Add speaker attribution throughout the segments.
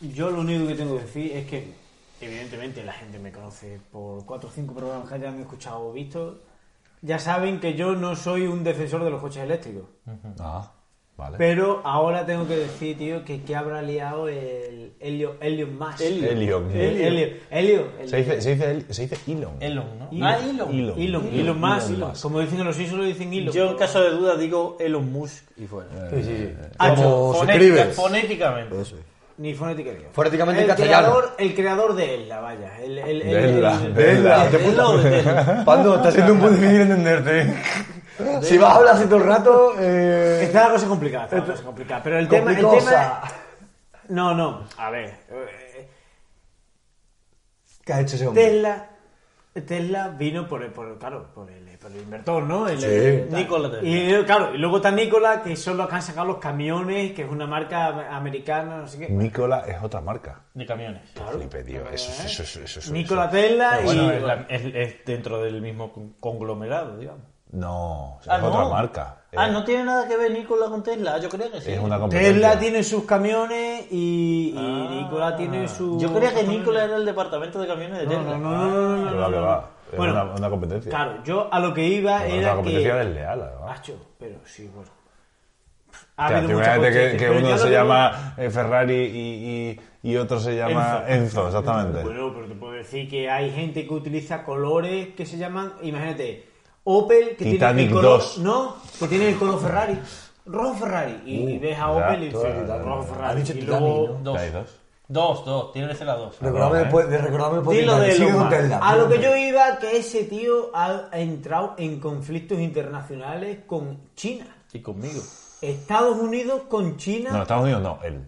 Speaker 1: Yo lo único que tengo que decir es que, evidentemente, la gente me conoce por cuatro o cinco programas que hayan escuchado o visto. Ya saben que yo no soy un defensor de los coches eléctricos.
Speaker 2: Ah, vale.
Speaker 1: Pero ahora tengo que decir, tío, que, que habrá liado el Elio, Elion Musk.
Speaker 3: Elio.
Speaker 2: Elio.
Speaker 1: El- Elio. Elio.
Speaker 2: Se dice, se dice, el- se dice Elon.
Speaker 3: Elon, ¿no?
Speaker 1: Elon.
Speaker 3: Ah, Elon.
Speaker 2: Elon.
Speaker 1: Elon, Elon Musk.
Speaker 2: Elon Musk.
Speaker 1: Como dicen en los islos, lo dicen Elon.
Speaker 3: Yo en caso de duda digo Elon Musk y fuera.
Speaker 1: Sí, sí, sí.
Speaker 2: Eh,
Speaker 4: Como se
Speaker 3: Fonética-
Speaker 4: escribe.
Speaker 3: Ah, Fonéticamente.
Speaker 4: Eso es.
Speaker 1: Ni fonética ni idea. el
Speaker 4: Fonéticamente en castellano.
Speaker 1: Creador, el creador de Ella, vaya. El, el, el,
Speaker 2: Della,
Speaker 1: el- el- el-
Speaker 2: Della.
Speaker 1: el- el- el- el-
Speaker 4: Pando, está siendo un poco difícil entenderte.
Speaker 2: eh.
Speaker 4: Si vas a hablar así todo el rato, eh...
Speaker 1: Está la cosa complicada, está la cosa complicada. Pero el tema, el
Speaker 4: Complicosa.
Speaker 1: tema. No, no. A ver. eh,
Speaker 4: ¿Qué ha hecho ese hombre?
Speaker 1: Tesla. Tesla vino por el, por, claro, por el, por el inventor, ¿no? El,
Speaker 4: Sí.
Speaker 1: el-
Speaker 3: Nikola Tesla.
Speaker 1: Y eh, claro, y luego está Nicola, que son los que han sacado los camiones, que es una marca americana, no sé qué.
Speaker 2: Nicola es otra marca.
Speaker 3: De camiones.
Speaker 2: Flipe, tío. Eso, es- eso, es- eso, es-
Speaker 1: Nikola
Speaker 2: eso es-
Speaker 1: Ah, Tesla y.
Speaker 3: Ah, Bueno, es, la- es- es dentro del mismo con- conglomerado, digamos.
Speaker 2: No, es
Speaker 3: Ah,
Speaker 2: otra
Speaker 3: no.
Speaker 2: marca.
Speaker 3: Ah,
Speaker 2: Eh,
Speaker 3: no tiene nada que ver Nicola con Tesla. Ah, Yo creía que sí.
Speaker 2: Es una competencia.
Speaker 1: Tesla tiene sus camiones y, y Nicola tiene su.
Speaker 3: Ah. Yo creía que Nicola era el departamento de camiones de
Speaker 1: No, no,
Speaker 3: Tesla.
Speaker 1: no, no, no, no,
Speaker 2: Pero
Speaker 1: no,
Speaker 2: va que
Speaker 1: no.
Speaker 2: va. Es
Speaker 1: Bueno,
Speaker 2: una, una competencia.
Speaker 1: Claro, yo a lo que iba
Speaker 2: Pero
Speaker 1: era
Speaker 2: una competencia
Speaker 1: que.
Speaker 2: desleal, además.
Speaker 1: Macho, pero sí, bueno.
Speaker 2: O
Speaker 1: Ha
Speaker 2: sea,
Speaker 1: habido
Speaker 2: tú
Speaker 1: mucha
Speaker 2: imagínate que,
Speaker 1: cochetes,
Speaker 2: que
Speaker 1: pero yo
Speaker 2: uno
Speaker 1: lo
Speaker 2: se
Speaker 1: que-
Speaker 2: llama eh, Ferrari y, y, y otro se llama Enzo, exactamente.
Speaker 1: Bueno, pero te puedo decir que hay gente que utiliza colores que se llaman, imagínate, Opel que tiene
Speaker 2: Titanic
Speaker 1: el color,
Speaker 2: 2.
Speaker 1: no, que tiene el color Ferrari, rojo Ferrari y, y ves a
Speaker 2: Uh, ya,
Speaker 1: Opel y
Speaker 2: todo,
Speaker 1: dices
Speaker 2: ya,
Speaker 1: rojo
Speaker 2: ya.
Speaker 1: Ferrari
Speaker 4: Ha dicho
Speaker 1: y
Speaker 4: Titanic,
Speaker 1: luego
Speaker 3: Dos.
Speaker 2: Hay dos.
Speaker 3: Dos, dos. Tiene que ser la dos. Ah,
Speaker 4: Recordadme después, de recordarme por
Speaker 1: ¿eh? Dilo
Speaker 4: Titanic.
Speaker 1: de
Speaker 4: Sigue
Speaker 1: Elon
Speaker 4: con
Speaker 1: Musk.
Speaker 4: Tesla.
Speaker 1: A lo que yo iba, que ese tío ha entrado en conflictos internacionales con China.
Speaker 3: Y conmigo.
Speaker 1: Estados Unidos con China.
Speaker 2: No, Estados Unidos no, él.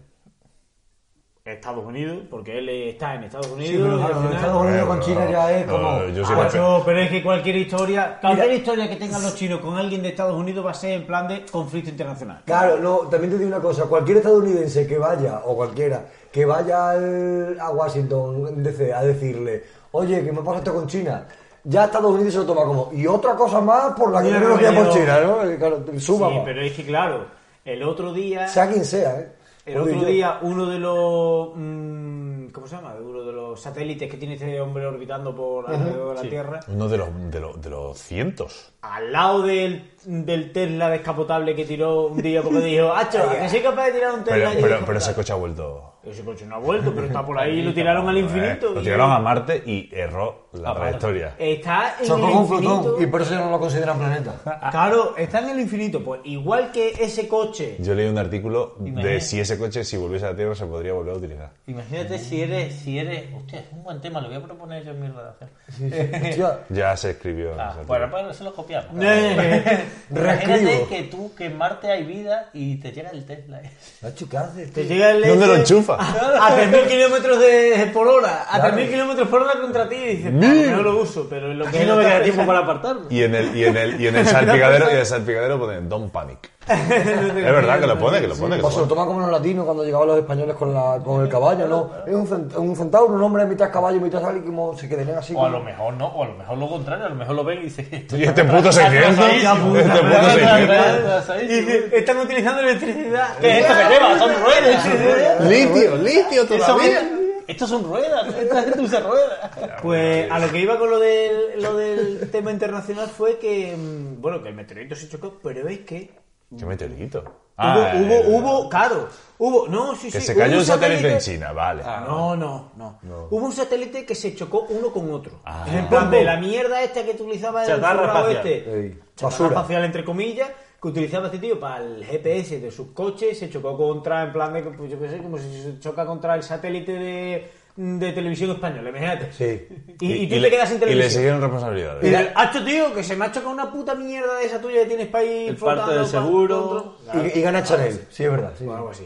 Speaker 1: Estados Unidos, porque él está en Estados Unidos.
Speaker 4: Sí, pero
Speaker 1: y al
Speaker 4: claro,
Speaker 1: final-
Speaker 4: Estados Unidos con China ya es
Speaker 2: No,
Speaker 4: como...
Speaker 2: yo
Speaker 1: Ah,
Speaker 2: soy la pe-
Speaker 1: macho, pero es que cualquier historia, cualquier historia que tengan los chinos con alguien de Estados Unidos va a ser en plan de conflicto internacional.
Speaker 4: Claro, no, también te digo una cosa, cualquier estadounidense que vaya, o cualquiera, que vaya al- a Washington DC a decirle, oye, que me pasa esto con China, ya Estados Unidos se lo toma como, y otra cosa más por la que
Speaker 1: Mira,
Speaker 4: no nos
Speaker 1: compañero.
Speaker 4: por China, ¿no? Eh, Claro,
Speaker 1: Sí,
Speaker 4: suba,
Speaker 1: pero es que claro, el otro día,
Speaker 4: sea quien sea, ¿eh?
Speaker 1: el
Speaker 4: Oye,
Speaker 1: otro
Speaker 4: yo-
Speaker 1: día uno de los mm, ¿cómo se llama? Uno de los satélites que tiene este hombre orbitando por alrededor de la Tierra,
Speaker 2: Uno de los, de los, de los cientos.
Speaker 1: al lado del, del Tesla descapotable que tiró un día porque dijo, "Acho, ¿a que soy capaz de tirar un
Speaker 2: Pero,
Speaker 1: Tesla."
Speaker 2: pero, pero ese coche ha vuelto.
Speaker 1: ese coche no ha vuelto, pero está por ahí, lo tiraron al infinito.
Speaker 2: Eh,
Speaker 1: y-
Speaker 2: Lo tiraron a Marte y erró
Speaker 3: Ah,
Speaker 2: la trayectoria.
Speaker 1: Está en
Speaker 4: Chocó
Speaker 1: el
Speaker 4: con Plutón,
Speaker 1: infinito.
Speaker 4: y por eso ya no lo consideran planeta.
Speaker 1: Claro, está en el infinito. Pues igual que ese coche.
Speaker 2: Yo leí un artículo de
Speaker 3: Imagínate.
Speaker 2: si ese coche, si volviese a la Tierra, se podría volver a utilizar.
Speaker 3: Imagínate si eres, si eres. Hostia, es un buen tema, lo voy a proponer yo en mi redacción.
Speaker 4: Hostia,
Speaker 2: Ya se escribió. en
Speaker 3: Ah,
Speaker 2: ese
Speaker 3: bueno,
Speaker 2: artículo.
Speaker 3: pues se lo copiamos.
Speaker 4: reescribo.
Speaker 3: Imagínate que tú, que en Marte hay vida y te llega el Tesla.
Speaker 4: Nacho, ¿qué haces?
Speaker 1: Te llega el
Speaker 2: ¿Dónde lo
Speaker 1: ese
Speaker 2: enchufa?
Speaker 1: A, a 3.000 kilómetros de- por hora. A
Speaker 4: Claro.
Speaker 1: 3.000 kilómetros por hora contra ti. Y dices, "Claro, no lo uso, pero en lo que no me queda tiempo para apartarme.
Speaker 2: Y en el, y en el, y en el salpicadero, y en el salpicadero ponen Don't Panic. es verdad que lo pone, que lo pone. que lo
Speaker 4: O Pues se lo
Speaker 2: pone.
Speaker 4: toman como los latinos cuando llegaban los españoles con, la, con el caballo, ¿no? Es un, cent- un centauro, un hombre mitad caballo, mitad sal, y como se quedarían así.
Speaker 3: O a
Speaker 4: como-
Speaker 3: lo mejor no, o a lo mejor lo contrario, a lo mejor lo ven y dicen.
Speaker 2: Y este puto se
Speaker 3: Atrasadísimo.
Speaker 2: entiende. Este
Speaker 3: Atrasadísimo.
Speaker 2: puto se entiende.
Speaker 1: Y
Speaker 3: Atrasadísimo.
Speaker 1: dices, están utilizando electricidad.
Speaker 3: ¿Qué es esto que lleva? Son ruedas.
Speaker 2: Litio, litio todavía.
Speaker 3: Esto son ruedas. Esta gente usa ruedas.
Speaker 1: Pues a lo que iba con lo del, lo del tema internacional fue que. mm, Bueno, que el meteorito se chocó, pero es que.
Speaker 2: ¿Qué meteorito?
Speaker 1: hubo, hubo,
Speaker 2: Ah, el-
Speaker 1: hubo, claro. Hubo, no, sí,
Speaker 2: Que
Speaker 1: sí,
Speaker 2: se
Speaker 1: hubo
Speaker 2: cayó un satélite en
Speaker 1: satélite-
Speaker 2: China, vale.
Speaker 1: Ah, No, no, no, Hubo un satélite que se chocó uno con otro.
Speaker 2: Ah.
Speaker 1: En plan de la mierda esta que utilizaba el
Speaker 3: Chatarra
Speaker 1: forrado
Speaker 3: espacial.
Speaker 1: este.
Speaker 4: Ey,
Speaker 1: Chatarra
Speaker 4: basura.
Speaker 1: espacial, entre comillas, que utilizaba este tío para el GPS de sus coches. Se chocó contra, en plan de, pues yo qué sé, como si se choca contra el satélite de, de televisión española, imagínate.
Speaker 4: Sí.
Speaker 1: Y, y tú te
Speaker 2: le-
Speaker 1: quedas sin
Speaker 2: Y le
Speaker 1: televisión.
Speaker 2: siguieron
Speaker 1: Y
Speaker 2: responsabilidades.
Speaker 1: dices, "Hacho, tío, que se me ha chocado una puta mierda de esa tuya que tienes para ir
Speaker 3: El
Speaker 1: flotando
Speaker 3: parte del
Speaker 1: pa'
Speaker 3: seguro.
Speaker 1: otro".
Speaker 4: Y, y gana Chanel, sí, es verdad. sí.
Speaker 1: o algo así.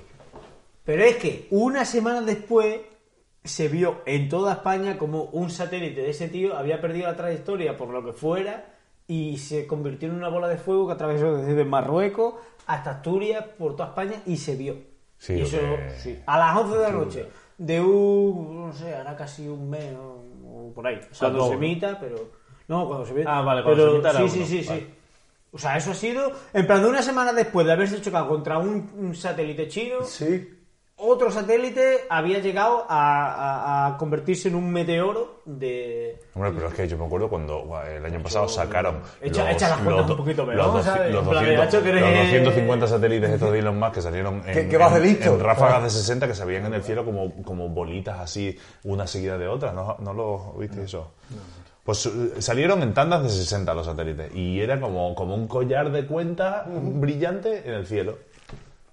Speaker 1: Pero es que una semana después se vio en toda España como un satélite de ese tío había perdido la trayectoria por lo que fuera y se convirtió en una bola de fuego que atravesó desde Marruecos hasta Asturias, por toda España y se vio.
Speaker 2: Sí,
Speaker 1: Y
Speaker 2: lo
Speaker 1: eso-
Speaker 2: que-
Speaker 1: sí, a las 11 de la noche, de un, no sé, hará casi un mes o, o por ahí, cuando
Speaker 3: todo,
Speaker 1: se
Speaker 3: ¿no?
Speaker 1: emita, pero... No, cuando se emite.
Speaker 3: Ah, vale, cuando
Speaker 1: Pero
Speaker 3: se emita era
Speaker 1: Sí,
Speaker 3: uno,
Speaker 1: sí, sí,
Speaker 3: vale.
Speaker 1: sí. O sea, eso ha sido, en plan, de una semana después de haberse chocado contra un, un satélite chino,
Speaker 4: Sí.
Speaker 1: otro satélite había llegado a, a- a convertirse en un meteoro de...
Speaker 2: Hombre, pero es que yo me acuerdo cuando gua- el año pasado sacaron.
Speaker 1: Echa- echa las cuentas un poquito, pero
Speaker 2: los,
Speaker 1: vamos,
Speaker 2: doci-
Speaker 1: ¿sabes?
Speaker 2: los
Speaker 1: En plan, de
Speaker 2: 200
Speaker 1: Nacho, que
Speaker 2: los
Speaker 1: eres-
Speaker 2: 250 satélites estos de Elon Musk que salieron en,
Speaker 4: Que- que vas de
Speaker 2: en-
Speaker 4: listo.
Speaker 2: en ráfagas
Speaker 4: Ah.
Speaker 2: de 60 que se veían en el cielo como, como bolitas así, una seguida de otra. ¿No, no lo viste eso? Pues eh, salieron en tandas de 60 los satélites y era como, como un collar de cuentas brillante en el cielo.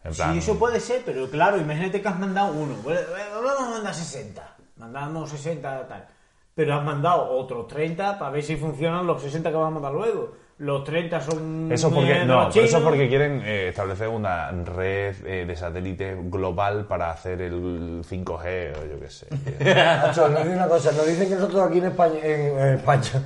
Speaker 2: En plan,
Speaker 1: Sí, eso puede ser, pero claro, imagínate que has mandado uno. Bueno, bueno, Vamos a mandar 60. Mandamos 60 tal. Pero has mandado otros 30 para ver si funcionan los 60 que vas a mandar luego. Los 30 son...
Speaker 2: Eso porque,
Speaker 1: eh,
Speaker 2: no,
Speaker 1: los
Speaker 2: pero eso
Speaker 1: chinos.
Speaker 2: porque quieren eh, establecer una red eh, de satélites global para hacer el 5G o yo qué sé.
Speaker 4: Nacho, nos dice una cosa, nos dicen que nosotros aquí en España, en, en España,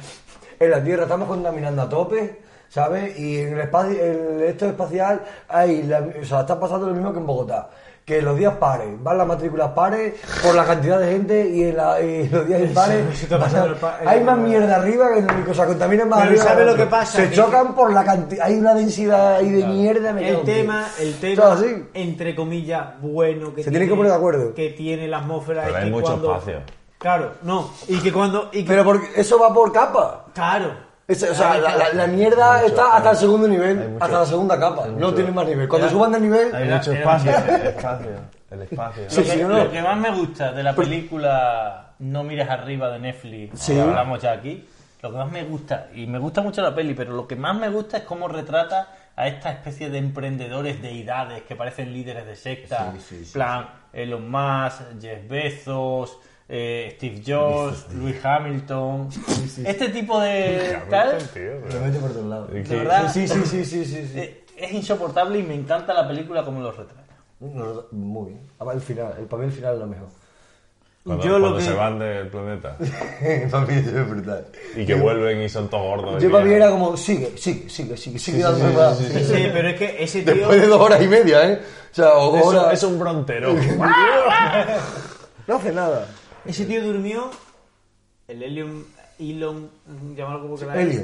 Speaker 4: en la Tierra estamos contaminando a tope, ¿sabes? Y en el espacio, en esto espacial, hay la- o sea, está pasando lo mismo que en Bogotá. Que los días pares, van las matrículas pares por la cantidad de gente y, en la- y los días
Speaker 1: sí,
Speaker 4: impares.
Speaker 1: está pasando el pa-
Speaker 4: hay más mierda arriba que en el, o sea, contaminan más
Speaker 1: Pero
Speaker 4: arriba.
Speaker 1: ¿sabes
Speaker 4: que
Speaker 1: lo que
Speaker 4: abajo.
Speaker 1: pasa?
Speaker 4: Se
Speaker 1: Que-
Speaker 4: chocan por la cantidad, hay una densidad ahí de mierda. me cago
Speaker 1: El
Speaker 4: en
Speaker 1: tema,
Speaker 4: Dios.
Speaker 1: el tema,
Speaker 4: Todo así.
Speaker 1: entre comillas, bueno que
Speaker 4: Se
Speaker 1: tiene,
Speaker 4: tienen que poner de acuerdo.
Speaker 1: que tiene la atmósfera
Speaker 2: Pero
Speaker 1: es
Speaker 2: hay
Speaker 1: que
Speaker 2: mucho
Speaker 1: cuando-
Speaker 2: espacio.
Speaker 1: Claro, no. Y que cuando... Y que,
Speaker 4: Pero porque eso va por capa.
Speaker 1: claro.
Speaker 4: Ese- o sea,
Speaker 1: Claro,
Speaker 4: la,
Speaker 1: claro.
Speaker 4: la- la mierda
Speaker 2: Mucho,
Speaker 4: está hasta
Speaker 2: hay-
Speaker 4: el segundo nivel,
Speaker 2: hay mucho-
Speaker 4: hasta la segunda capa.
Speaker 2: hay
Speaker 4: no
Speaker 2: mucho-
Speaker 4: tiene más nivel. Cuando
Speaker 3: Era-
Speaker 4: suban de nivel,
Speaker 2: Hay
Speaker 3: Era-
Speaker 2: mucho
Speaker 3: era-
Speaker 2: espacio, el espacio, el espacio.
Speaker 4: Sí,
Speaker 3: lo, que,
Speaker 4: sí, no, no.
Speaker 3: lo que más me gusta de la película No mires arriba de Netflix,
Speaker 4: Sí.
Speaker 3: que hablamos ya aquí, lo que más me gusta, y me gusta mucho la peli, pero lo que más me gusta es cómo retrata a esta especie de emprendedores deidades que parecen líderes de secta, plan Elon Musk, Jeff Bezos, eh, Steve Jobs, Louis Hamilton, este tipo de tal,
Speaker 4: lo mete por todos lados.
Speaker 3: de verdad,
Speaker 4: Sí, sí, sí, sí, sí. sí.
Speaker 3: eh, es insoportable y me encanta la película como lo retrata.
Speaker 4: No, muy bien. Ah, El final, el papel final es lo mejor.
Speaker 2: Cuando,
Speaker 1: Yo lo
Speaker 2: cuando
Speaker 1: que...
Speaker 2: se van del planeta
Speaker 4: Para mí eso es brutal.
Speaker 2: y que vuelven y son todos gordos. y
Speaker 4: Yo para mí
Speaker 2: mierda.
Speaker 4: era como, sigue, sigue, sigue, sigue, sigue dando más.
Speaker 1: Sí, pero es que ese tío...
Speaker 4: Después de dos horas y media, ¿eh? O sea, o dos
Speaker 2: Eso-
Speaker 4: horas.
Speaker 2: es un brontero.
Speaker 4: No hace nada.
Speaker 1: Ese tío durmió. El Helium. Elon. Llamarlo como queráis.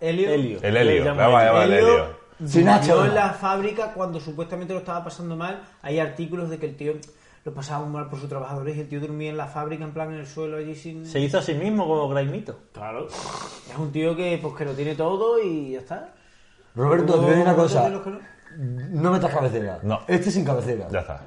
Speaker 4: Helio.
Speaker 1: Helio.
Speaker 3: Helio.
Speaker 2: El Helio,
Speaker 1: Le llaman
Speaker 2: vamos a llamar el Helio.
Speaker 4: Sin hacha,
Speaker 1: durmió en
Speaker 4: ¿no?
Speaker 1: la fábrica cuando supuestamente lo estaba pasando mal. Hay artículos de que el tío lo pasaba muy mal por sus trabajadores y el tío dormía en la fábrica, en plan en el suelo allí sin.
Speaker 3: Se hizo a sí mismo como Graimito.
Speaker 1: Claro. Es un tío que pues que lo tiene todo y ya está.
Speaker 4: Roberto, te voy a decir una
Speaker 1: Hubo
Speaker 4: cosa.
Speaker 1: momentos en los que no.
Speaker 4: No metas cabecera.
Speaker 2: No.
Speaker 4: Este sin cabecera.
Speaker 2: Ya está.